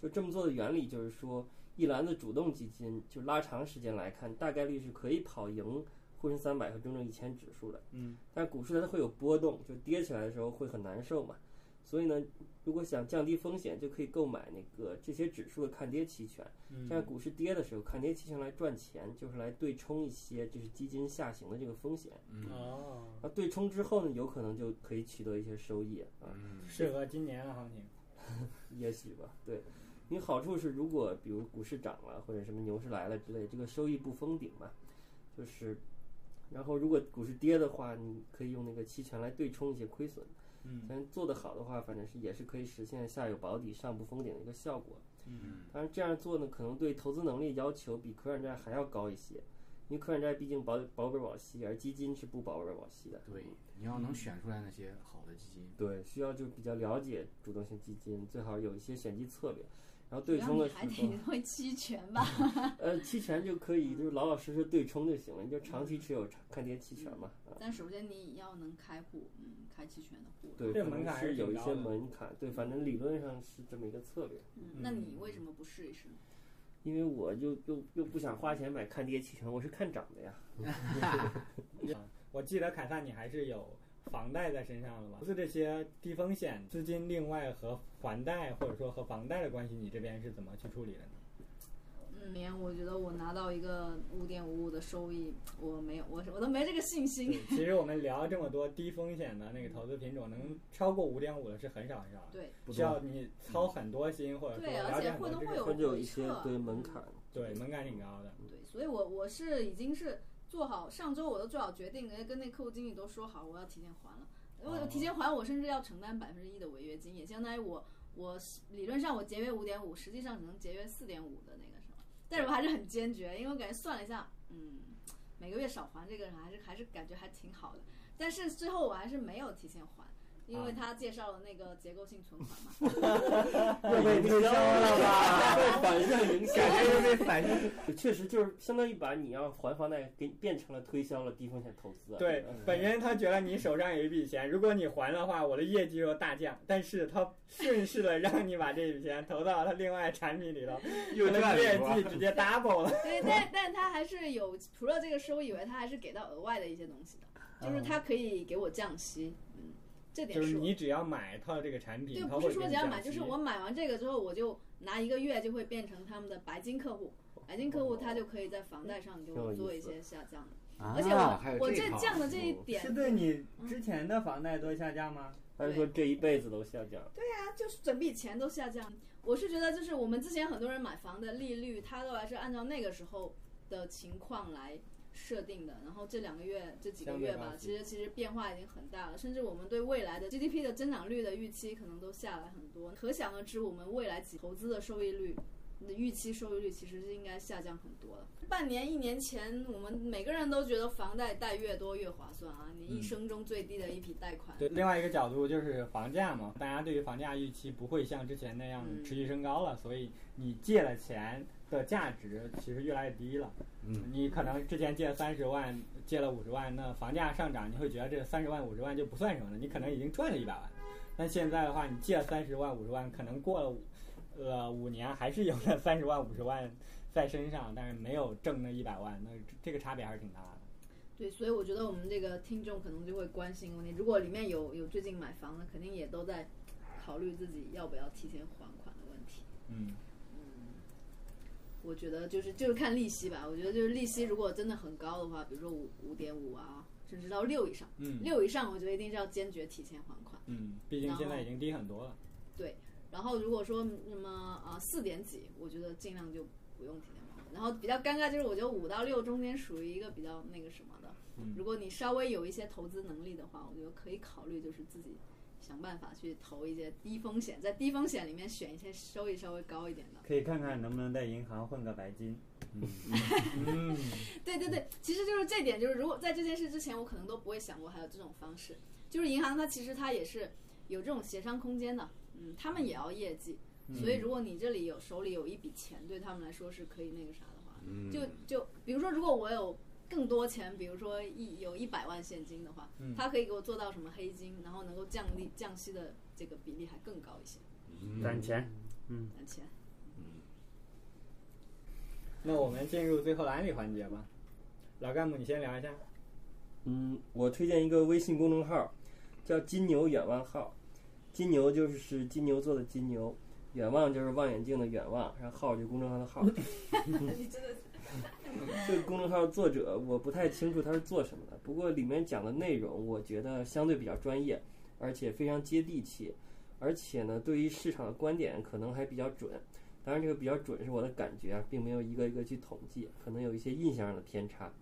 Speaker 5: 就这么做的原理就是说，一篮子主动基金，就拉长时间来看，大概率是可以跑赢沪深三百和中证一千指数的。
Speaker 1: 嗯，
Speaker 5: 但股市它会有波动，就跌起来的时候会很难受嘛。所以呢，如果想降低风险，就可以购买那个这些指数的看跌期权。
Speaker 1: 嗯
Speaker 5: 这样股市跌的时候，看跌期权来赚钱，就是来对冲一些就是基金下行的这个风险。
Speaker 1: 哦，
Speaker 5: 啊，对冲之后呢，有可能就可以取得一些收益啊，
Speaker 1: 适合今年的行情。
Speaker 5: 也许吧。对，你好处是，如果比如股市涨了，或者什么牛市来了之类，这个收益不封顶嘛，就是。然后，如果股市跌的话，你可以用那个期权来对冲一些亏损。
Speaker 1: 嗯，
Speaker 5: 但做得好的话，反正是也是可以实现下有保底、上不封顶的一个效果。
Speaker 1: 嗯，
Speaker 5: 当然这样做呢，可能对投资能力要求比可转债还要高一些，因为可转债毕竟保保本保息，而基金是不保本保息的。
Speaker 4: 对，你要能选出来那些好的基金，
Speaker 5: 对，需要就比较了解主动型基金，最好有一些选基策略，然后
Speaker 2: 主
Speaker 5: 对
Speaker 2: 要
Speaker 5: 冲
Speaker 2: 你
Speaker 5: 的时
Speaker 2: 还
Speaker 5: 候
Speaker 2: 得，会期权吧？
Speaker 5: 呃，期权就可
Speaker 2: 嗯
Speaker 5: 以就是老老实实对冲就行了，你就长期持有长看跌期权嘛。啊，
Speaker 2: 但首先你要能开户，嗯，开期权的户。
Speaker 5: 对，
Speaker 1: 这
Speaker 5: 可
Speaker 1: 门
Speaker 5: 能
Speaker 1: 槛还是
Speaker 5: 是有
Speaker 1: 挺
Speaker 5: 一
Speaker 1: 高
Speaker 5: 些
Speaker 1: 的
Speaker 5: 门槛，对，反正理论上是这么一个策略。
Speaker 2: 嗯，那你为什么不试一试呢？
Speaker 5: 因为我就又又不想花钱买看跌期权，我是看涨的呀。
Speaker 1: 我记得凯撒，你还是有房贷在身上了吧？投资这些低风险资金，另外和还贷或者说和房贷的关系，你这边是怎么去处理 的呢？
Speaker 2: 嗯，连我觉得我拿到一个五点五五的收益，我没有，我是我都没这个信心。
Speaker 1: 对，其实我们聊这么多低风险的那个投资品种，能超过五点五的是很少很少的，
Speaker 2: 对
Speaker 4: 不
Speaker 1: 需
Speaker 4: 多
Speaker 1: 要你操很多心，或者说
Speaker 2: 对而
Speaker 1: 了
Speaker 2: 且
Speaker 1: 解很
Speaker 2: 会
Speaker 1: 多
Speaker 2: 都
Speaker 1: 知
Speaker 2: 会
Speaker 1: 识，
Speaker 2: 有
Speaker 5: 它就有一些
Speaker 2: 回撤嗯
Speaker 5: 对门槛，
Speaker 1: 对门槛挺高的。
Speaker 2: 对，所以我我是已经是做好，上周我都做好决定，跟那客户经理都说好，我要提前还了。我提前还，我甚至要承担百分之一的违约金，也相当于我我理论上我节约五点五，实际上只能节约四点五的那个什么。但是我还是很坚决，因为我感觉算了一下，嗯，每个月少还这个还是还是感觉还挺好的。但是最后我还是没有提前还，因为他介绍了那个结构性存款嘛。
Speaker 5: 又被推销了吧？ 被反向影响，
Speaker 3: 感觉又被反向
Speaker 5: 确实就是相当于把你要还房贷给变成了推销了低风险投资啊。
Speaker 1: 对，本身他觉得你手上有一笔钱，如果你还的话，我的业绩又大降，但是他顺势的让你把这笔钱投到他另外产品里头，
Speaker 4: 又
Speaker 1: 你的
Speaker 4: 赚了
Speaker 1: 业
Speaker 4: 是吧
Speaker 1: 绩直接 double 了。
Speaker 2: 对，但但他还是有除了这个收益以外，他还是给到额外的一些东西的，就是
Speaker 5: 嗯
Speaker 2: 他可以给我降息，嗯，这
Speaker 1: 嗯
Speaker 2: 点
Speaker 1: 就是
Speaker 2: 我
Speaker 1: 你只要买套这个产
Speaker 2: 对，
Speaker 1: 品，他
Speaker 2: 不
Speaker 1: 会
Speaker 2: 是说
Speaker 1: 给
Speaker 2: 只
Speaker 1: 你
Speaker 2: 要
Speaker 1: 降
Speaker 2: 买，就是
Speaker 1: 息
Speaker 2: 我买完这个之后，我就拿一个月就会变成他们的白金客户，白金客户
Speaker 1: 哦
Speaker 2: 他就可以在房贷上给
Speaker 5: 挺有
Speaker 2: 我
Speaker 5: 意思
Speaker 2: 做一些下降的，
Speaker 4: 啊
Speaker 2: 而且
Speaker 4: 还有
Speaker 2: 我我
Speaker 4: 这套
Speaker 2: 哎降的这一点嗯
Speaker 3: 是对你之前的房贷做下架吗？
Speaker 5: 他是说这一辈子都下降。
Speaker 2: 就是整笔钱都下降。我是觉得，就是我们之前很多人买房的利率，它都还是按照那个时候的情况来设定的。然后这两个月、这几个月
Speaker 1: 相对
Speaker 2: 吧
Speaker 1: 高，级
Speaker 2: 其实其实变化已经很大了，甚至我们对未来的 GDP 的增长率的预期可能都下来很多。可想而知，我们未来几投资的收益率。你的预期收益率其实是应该下降很多了。半年、一年前，我们每个人都觉得房贷贷越多越划算啊，你一生中最低的一笔贷款。
Speaker 1: 对，另外一个角度就是房价嘛，大家对于房价预期不会像之前那样
Speaker 2: 嗯
Speaker 1: 持续升高了，所以你借了钱的价值其实越来越低了。
Speaker 4: 嗯，
Speaker 1: 你可能之前借三十万，借了五十万，那房价上涨，你会觉得这三十万、五十万就不算什么了，你可能已经赚了一百万。但现在的话，你借三十万、五十万，可能过了五呃五年还是有那三十万、五十万在身上，但是没有挣那一百万，那这这个差别还是挺大的。
Speaker 2: 对，所以我觉得我们这个听众可能就会关心问题。如果里面有有最近买房的，肯定也都在考虑自己要不要提前还款的问题。
Speaker 1: 嗯，
Speaker 2: 我觉得就是就是看利息吧。我觉得就是利息如果真的很高的话，比如说五五点五啊，甚至到六以上，
Speaker 1: 嗯
Speaker 2: 六以上我觉得一定是要坚决提前还款。
Speaker 1: 嗯，毕竟现在已经低很多了。
Speaker 2: 然后如果说什么啊四点几，我觉得尽量就不用提前还款。然后比较尴尬就是，我觉得五到六中间属于一个比较那个什么的。
Speaker 1: 嗯
Speaker 2: 如果你稍微有一些投资能力的话，我觉得可以考虑就是自己想办法去投一些低风险，在低风险里面选一些收益稍微高一点的。
Speaker 3: 可以看看能不能在银行混个白金。
Speaker 1: 嗯。
Speaker 2: 对对对，其实就是这点，就是如果在这件事之前，我可能都不会想过还有这种方式。就是银行它其实它也是有这种协商空间的，嗯，他们也要业绩，所以如果你这里有手里有一笔钱，对他们来说是可以那个啥的话，
Speaker 4: 嗯
Speaker 2: 就就比如说，如果我有更多钱，比如说一有一百万现金的话，
Speaker 1: 嗯
Speaker 2: 它可以给我做到什么黑金，然后能够降利降息的这个比例还更高一些。
Speaker 4: 嗯
Speaker 3: 攒钱，
Speaker 2: 但钱
Speaker 1: 那我们进入最后蓝理环节吧。老干部，你先聊一下。
Speaker 5: 嗯，我推荐一个微信公众号，叫“金牛远望号”。金牛就是是金牛座的金牛，远望就是望远镜的远望，然后号就是公众号的号。
Speaker 2: 你真的
Speaker 5: 这个公众号作者我不太清楚他是做什么的，不过里面讲的内容我觉得相对比较专业，而且非常接地气，而且呢，对于市场的观点可能还比较准。当然，这个比较准是我的感觉啊，并没有一个一个去统计，可能有一些印象上的偏差。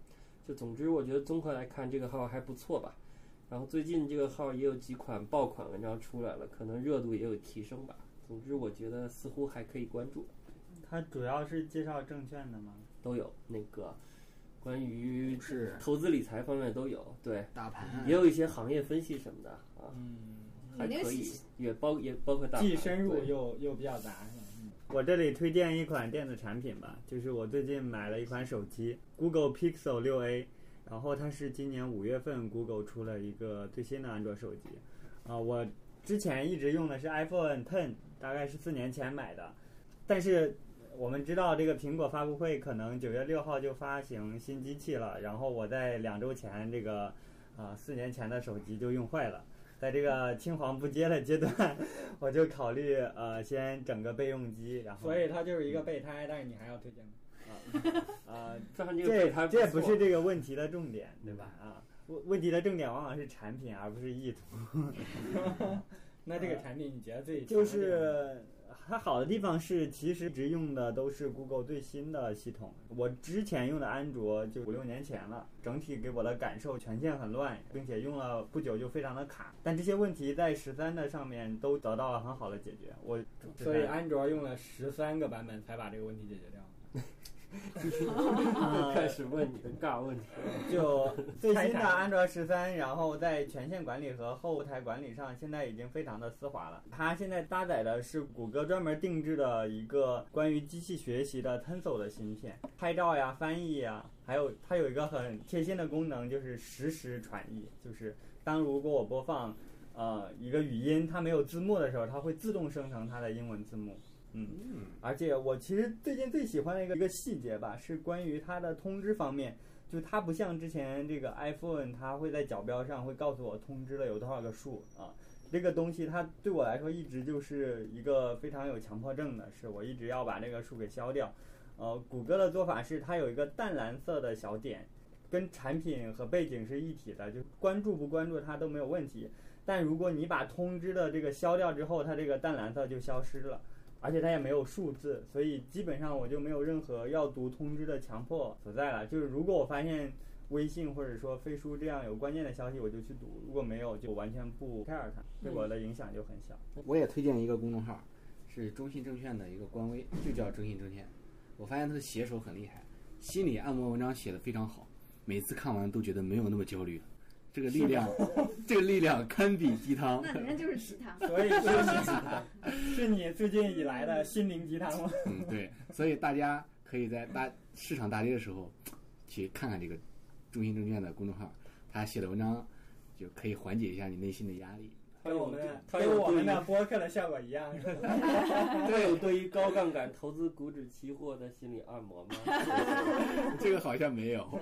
Speaker 5: 就总之，我觉得综合来看，这个号还不错吧。然后最近这个号也有几款爆款文章出来了，可能热度也有提升吧。总之，我觉得似乎还可以关注。
Speaker 3: 它主要是介绍证券的吗？
Speaker 5: 都有那个关于
Speaker 4: 是
Speaker 5: 投资理财方面都有，对，
Speaker 4: 大盘
Speaker 5: 也有一些行业分析什么的啊，
Speaker 1: 嗯，
Speaker 5: 还
Speaker 2: 你那个
Speaker 5: 可以
Speaker 2: 信，
Speaker 5: 也包也包括大盘
Speaker 1: 既深入
Speaker 5: 对
Speaker 1: 又又比较杂，是吧嗯
Speaker 3: 我这里推荐一款电子产品吧，就是我最近买了一款手机，Google Pixel 六 A，然后它是今年五月份 Google 出了一个最新的安卓手机，啊、我之前一直用的是 iPhone Ten，大概是四年前买的，但是我们知道这个苹果发布会可能九月六号就发行新机器了，然后我在两周前这个啊四、年前的手机就用坏了。在这个青黄不接的阶段，我就考虑呃先整个备用机，然后
Speaker 1: 所以它就是一个备胎，但是你还要推荐吗。
Speaker 3: 呃，
Speaker 5: 算嗯上这个
Speaker 3: 这
Speaker 5: 备胎
Speaker 3: 这不
Speaker 5: 错嗯
Speaker 3: 是这个问题的重点，对吧？啊，问问题的重点往往是产品而不是意图，
Speaker 1: 那这个产品你觉得自己
Speaker 3: 就是它好的地方是，其实一直用的都是 Google 最新的系统。我之前用的安卓就五六年前了，整体给我的感受权限很乱，并且用了不久就非常的卡。但这些问题在十三的上面都得到了很好的解决。 我
Speaker 1: 所以安卓用了十三个版本才把这个问题解决掉。
Speaker 5: 开始问 你的尬问题。
Speaker 3: 就最新的安卓十三，然后在权限管理和后台管理上，现在已经非常的丝滑了。它现在搭载的是谷歌专门定制的一个关于机器学习的 Tensor 的芯片，拍照呀、翻译呀，还有它有一个很贴心的功能，就是实时传译，就是当如果我播放呃一个语音，它没有字幕的时候，它会自动生成它的英文字幕。嗯，而且我其实最近最喜欢的一个一个细节吧，是关于它的通知方面。就它不像之前这个 iPhone，它会在角标上会告诉我通知了有多少个数啊。这个东西它对我来说一直就是一个非常有强迫症的，是我一直要把这个数给消掉。呃，谷歌的做法是它有一个淡蓝色的小点，跟产品和背景是一体的，就关注不关注它都没有问题。但如果你把通知的这个消掉之后，它这个淡蓝色就消失了。而且它也没有数字，所以基本上我就没有任何要读通知的强迫所在了。就是如果我发现微信或者说飞书这样有关键的消息，我就去读；如果没有，就完全不 care 它，对我的影响就很小。
Speaker 4: 我也推荐一个公众号，是中信证券的一个官微，就叫中信证券。我发现他的写手很厉害，心理按摩文章写的非常好，每次看完都觉得没有那么焦虑了。这个力量，这个力量堪比鸡汤。
Speaker 2: 那人家就是食堂。
Speaker 1: 所以是你是你最近以来的心灵鸡汤吗？
Speaker 4: 嗯，对，所以大家可以在大市场大跌的时候，去看看这个中信证券的公众号，他写的文章就可以缓解一下你内心的压力。
Speaker 1: 跟我们的
Speaker 5: 他有
Speaker 1: 跟我们
Speaker 5: 对
Speaker 1: 的播客的效果一样，
Speaker 5: 他有对于高杠杆投资股指期货的心理按摩吗？
Speaker 4: 这个好像没有。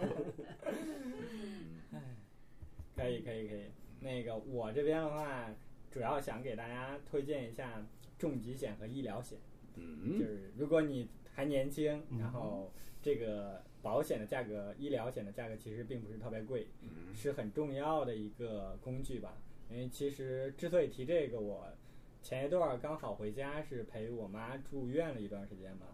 Speaker 1: 可以可以可以。那个我这边的话，主要想给大家推荐一下重疾险和医疗险。就
Speaker 4: 嗯，
Speaker 1: 是如果你还年轻，
Speaker 5: 嗯
Speaker 1: 然后这个保险的价格、医疗险的价格其实并不是特别贵，是很重要的一个工具吧。因为其实之所以提这个，我前一段儿刚好回家是陪我妈住院了一段时间嘛，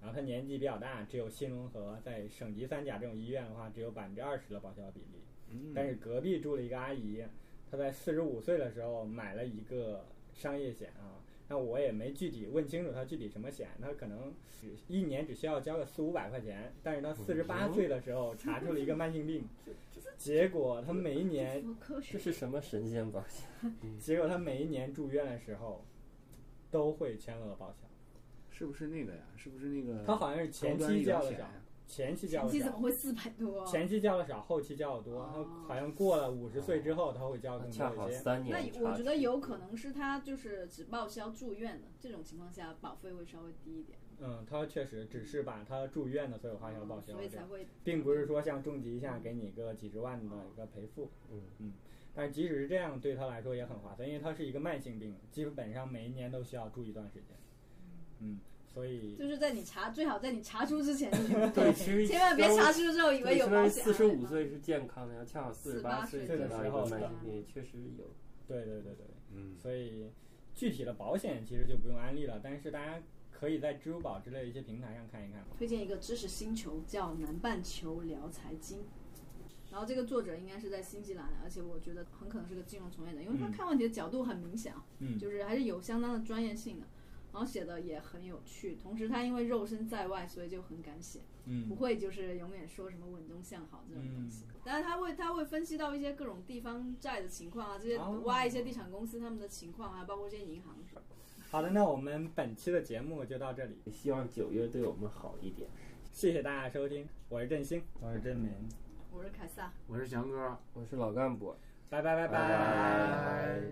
Speaker 1: 然后她年纪比较大，只有新隆河在省级三甲这种医院的话，只有百分之二十的报销比例。
Speaker 4: 嗯
Speaker 1: 但是隔壁住了一个阿姨，她在四十五岁的时候买了一个商业险啊，那我也没具体问清楚她具体什么险，她可能只一年只需要交个四五百块钱，但是她四十八岁的时候查出了一个慢性病，结果她每一年，
Speaker 2: 说科学
Speaker 5: 这是什么神仙保险？
Speaker 1: 结果她每一年住院的时候，都会全额报销，
Speaker 4: 是不是那个呀？是不是那
Speaker 5: 嗯
Speaker 4: 个？
Speaker 1: 她好像是前期交的少，
Speaker 5: 啊
Speaker 1: 前期交
Speaker 2: 前
Speaker 1: 的
Speaker 2: 期怎
Speaker 1: 少
Speaker 2: 么。会四百多？啊
Speaker 1: 前期交的少，后期交的多。她
Speaker 2: 哦
Speaker 1: 好像过了五十岁之后，她会交更
Speaker 5: 哦恰
Speaker 1: 多
Speaker 5: 好
Speaker 1: 一些。
Speaker 5: 三
Speaker 2: 那
Speaker 5: 年查出。
Speaker 2: 我觉得有可能是他就是只报销住院的，这种情况下保费会稍微低一点，
Speaker 1: 嗯，他确实只是把他住院的所有花销报销
Speaker 2: 嗯所
Speaker 1: 了
Speaker 2: 以
Speaker 1: 这
Speaker 2: 才
Speaker 1: 样，
Speaker 2: 会
Speaker 1: 并不是说像重疾一下给你个几十万的一个赔付。
Speaker 5: 嗯
Speaker 1: 但是即使是这样，对他来说也很划算，因为他是一个慢性病，基本上每一年都需要住一段时间。嗯，所以
Speaker 2: 就是在你查最好在你查出之 前就去
Speaker 5: 对，其实
Speaker 2: 千万别查出之后以
Speaker 5: 对。
Speaker 2: 为有
Speaker 5: 相
Speaker 2: 保
Speaker 5: 当于
Speaker 2: 险。啊
Speaker 5: 四十五岁是健康的，然后恰好四十八
Speaker 2: 48
Speaker 5: 岁
Speaker 1: 岁
Speaker 5: 得到一
Speaker 1: 的
Speaker 5: 个
Speaker 1: 时候
Speaker 5: 慢性病，也确实有。
Speaker 1: 对对对对，
Speaker 4: 嗯，
Speaker 1: 所以具体的保险其实就不用安利了，但是大家可以在支付宝之类的一些平台上看一看。
Speaker 2: 推荐一个知识星球，叫南半球聊财经。然后这个作者应该是在新西兰，而且我觉得很可能是个金融从业者，因为他
Speaker 1: 嗯
Speaker 2: 看问题的角度很明显啊，
Speaker 1: 嗯
Speaker 2: 就是还是有相当的专业性的，然后写的也很有趣。同时他因为肉身在外，所以就很敢写，不
Speaker 1: 嗯
Speaker 2: 会就是永远说什么稳中向好这种东西。但是他会他会分析到一些各种地方债的情况啊，这些
Speaker 1: 哦
Speaker 2: 挖一些地产公司他们的情况啊，包括这些银行。
Speaker 1: 好的，那我们本期的节目就到这里，
Speaker 5: 也希望九月对我们好一点。
Speaker 1: 谢谢大家收听，我是振兴，
Speaker 3: 我是真明。
Speaker 2: 我是凯撒。
Speaker 4: 我是翔哥，
Speaker 5: 我是老干部。啊
Speaker 1: 拜拜拜
Speaker 5: 拜
Speaker 4: 拜。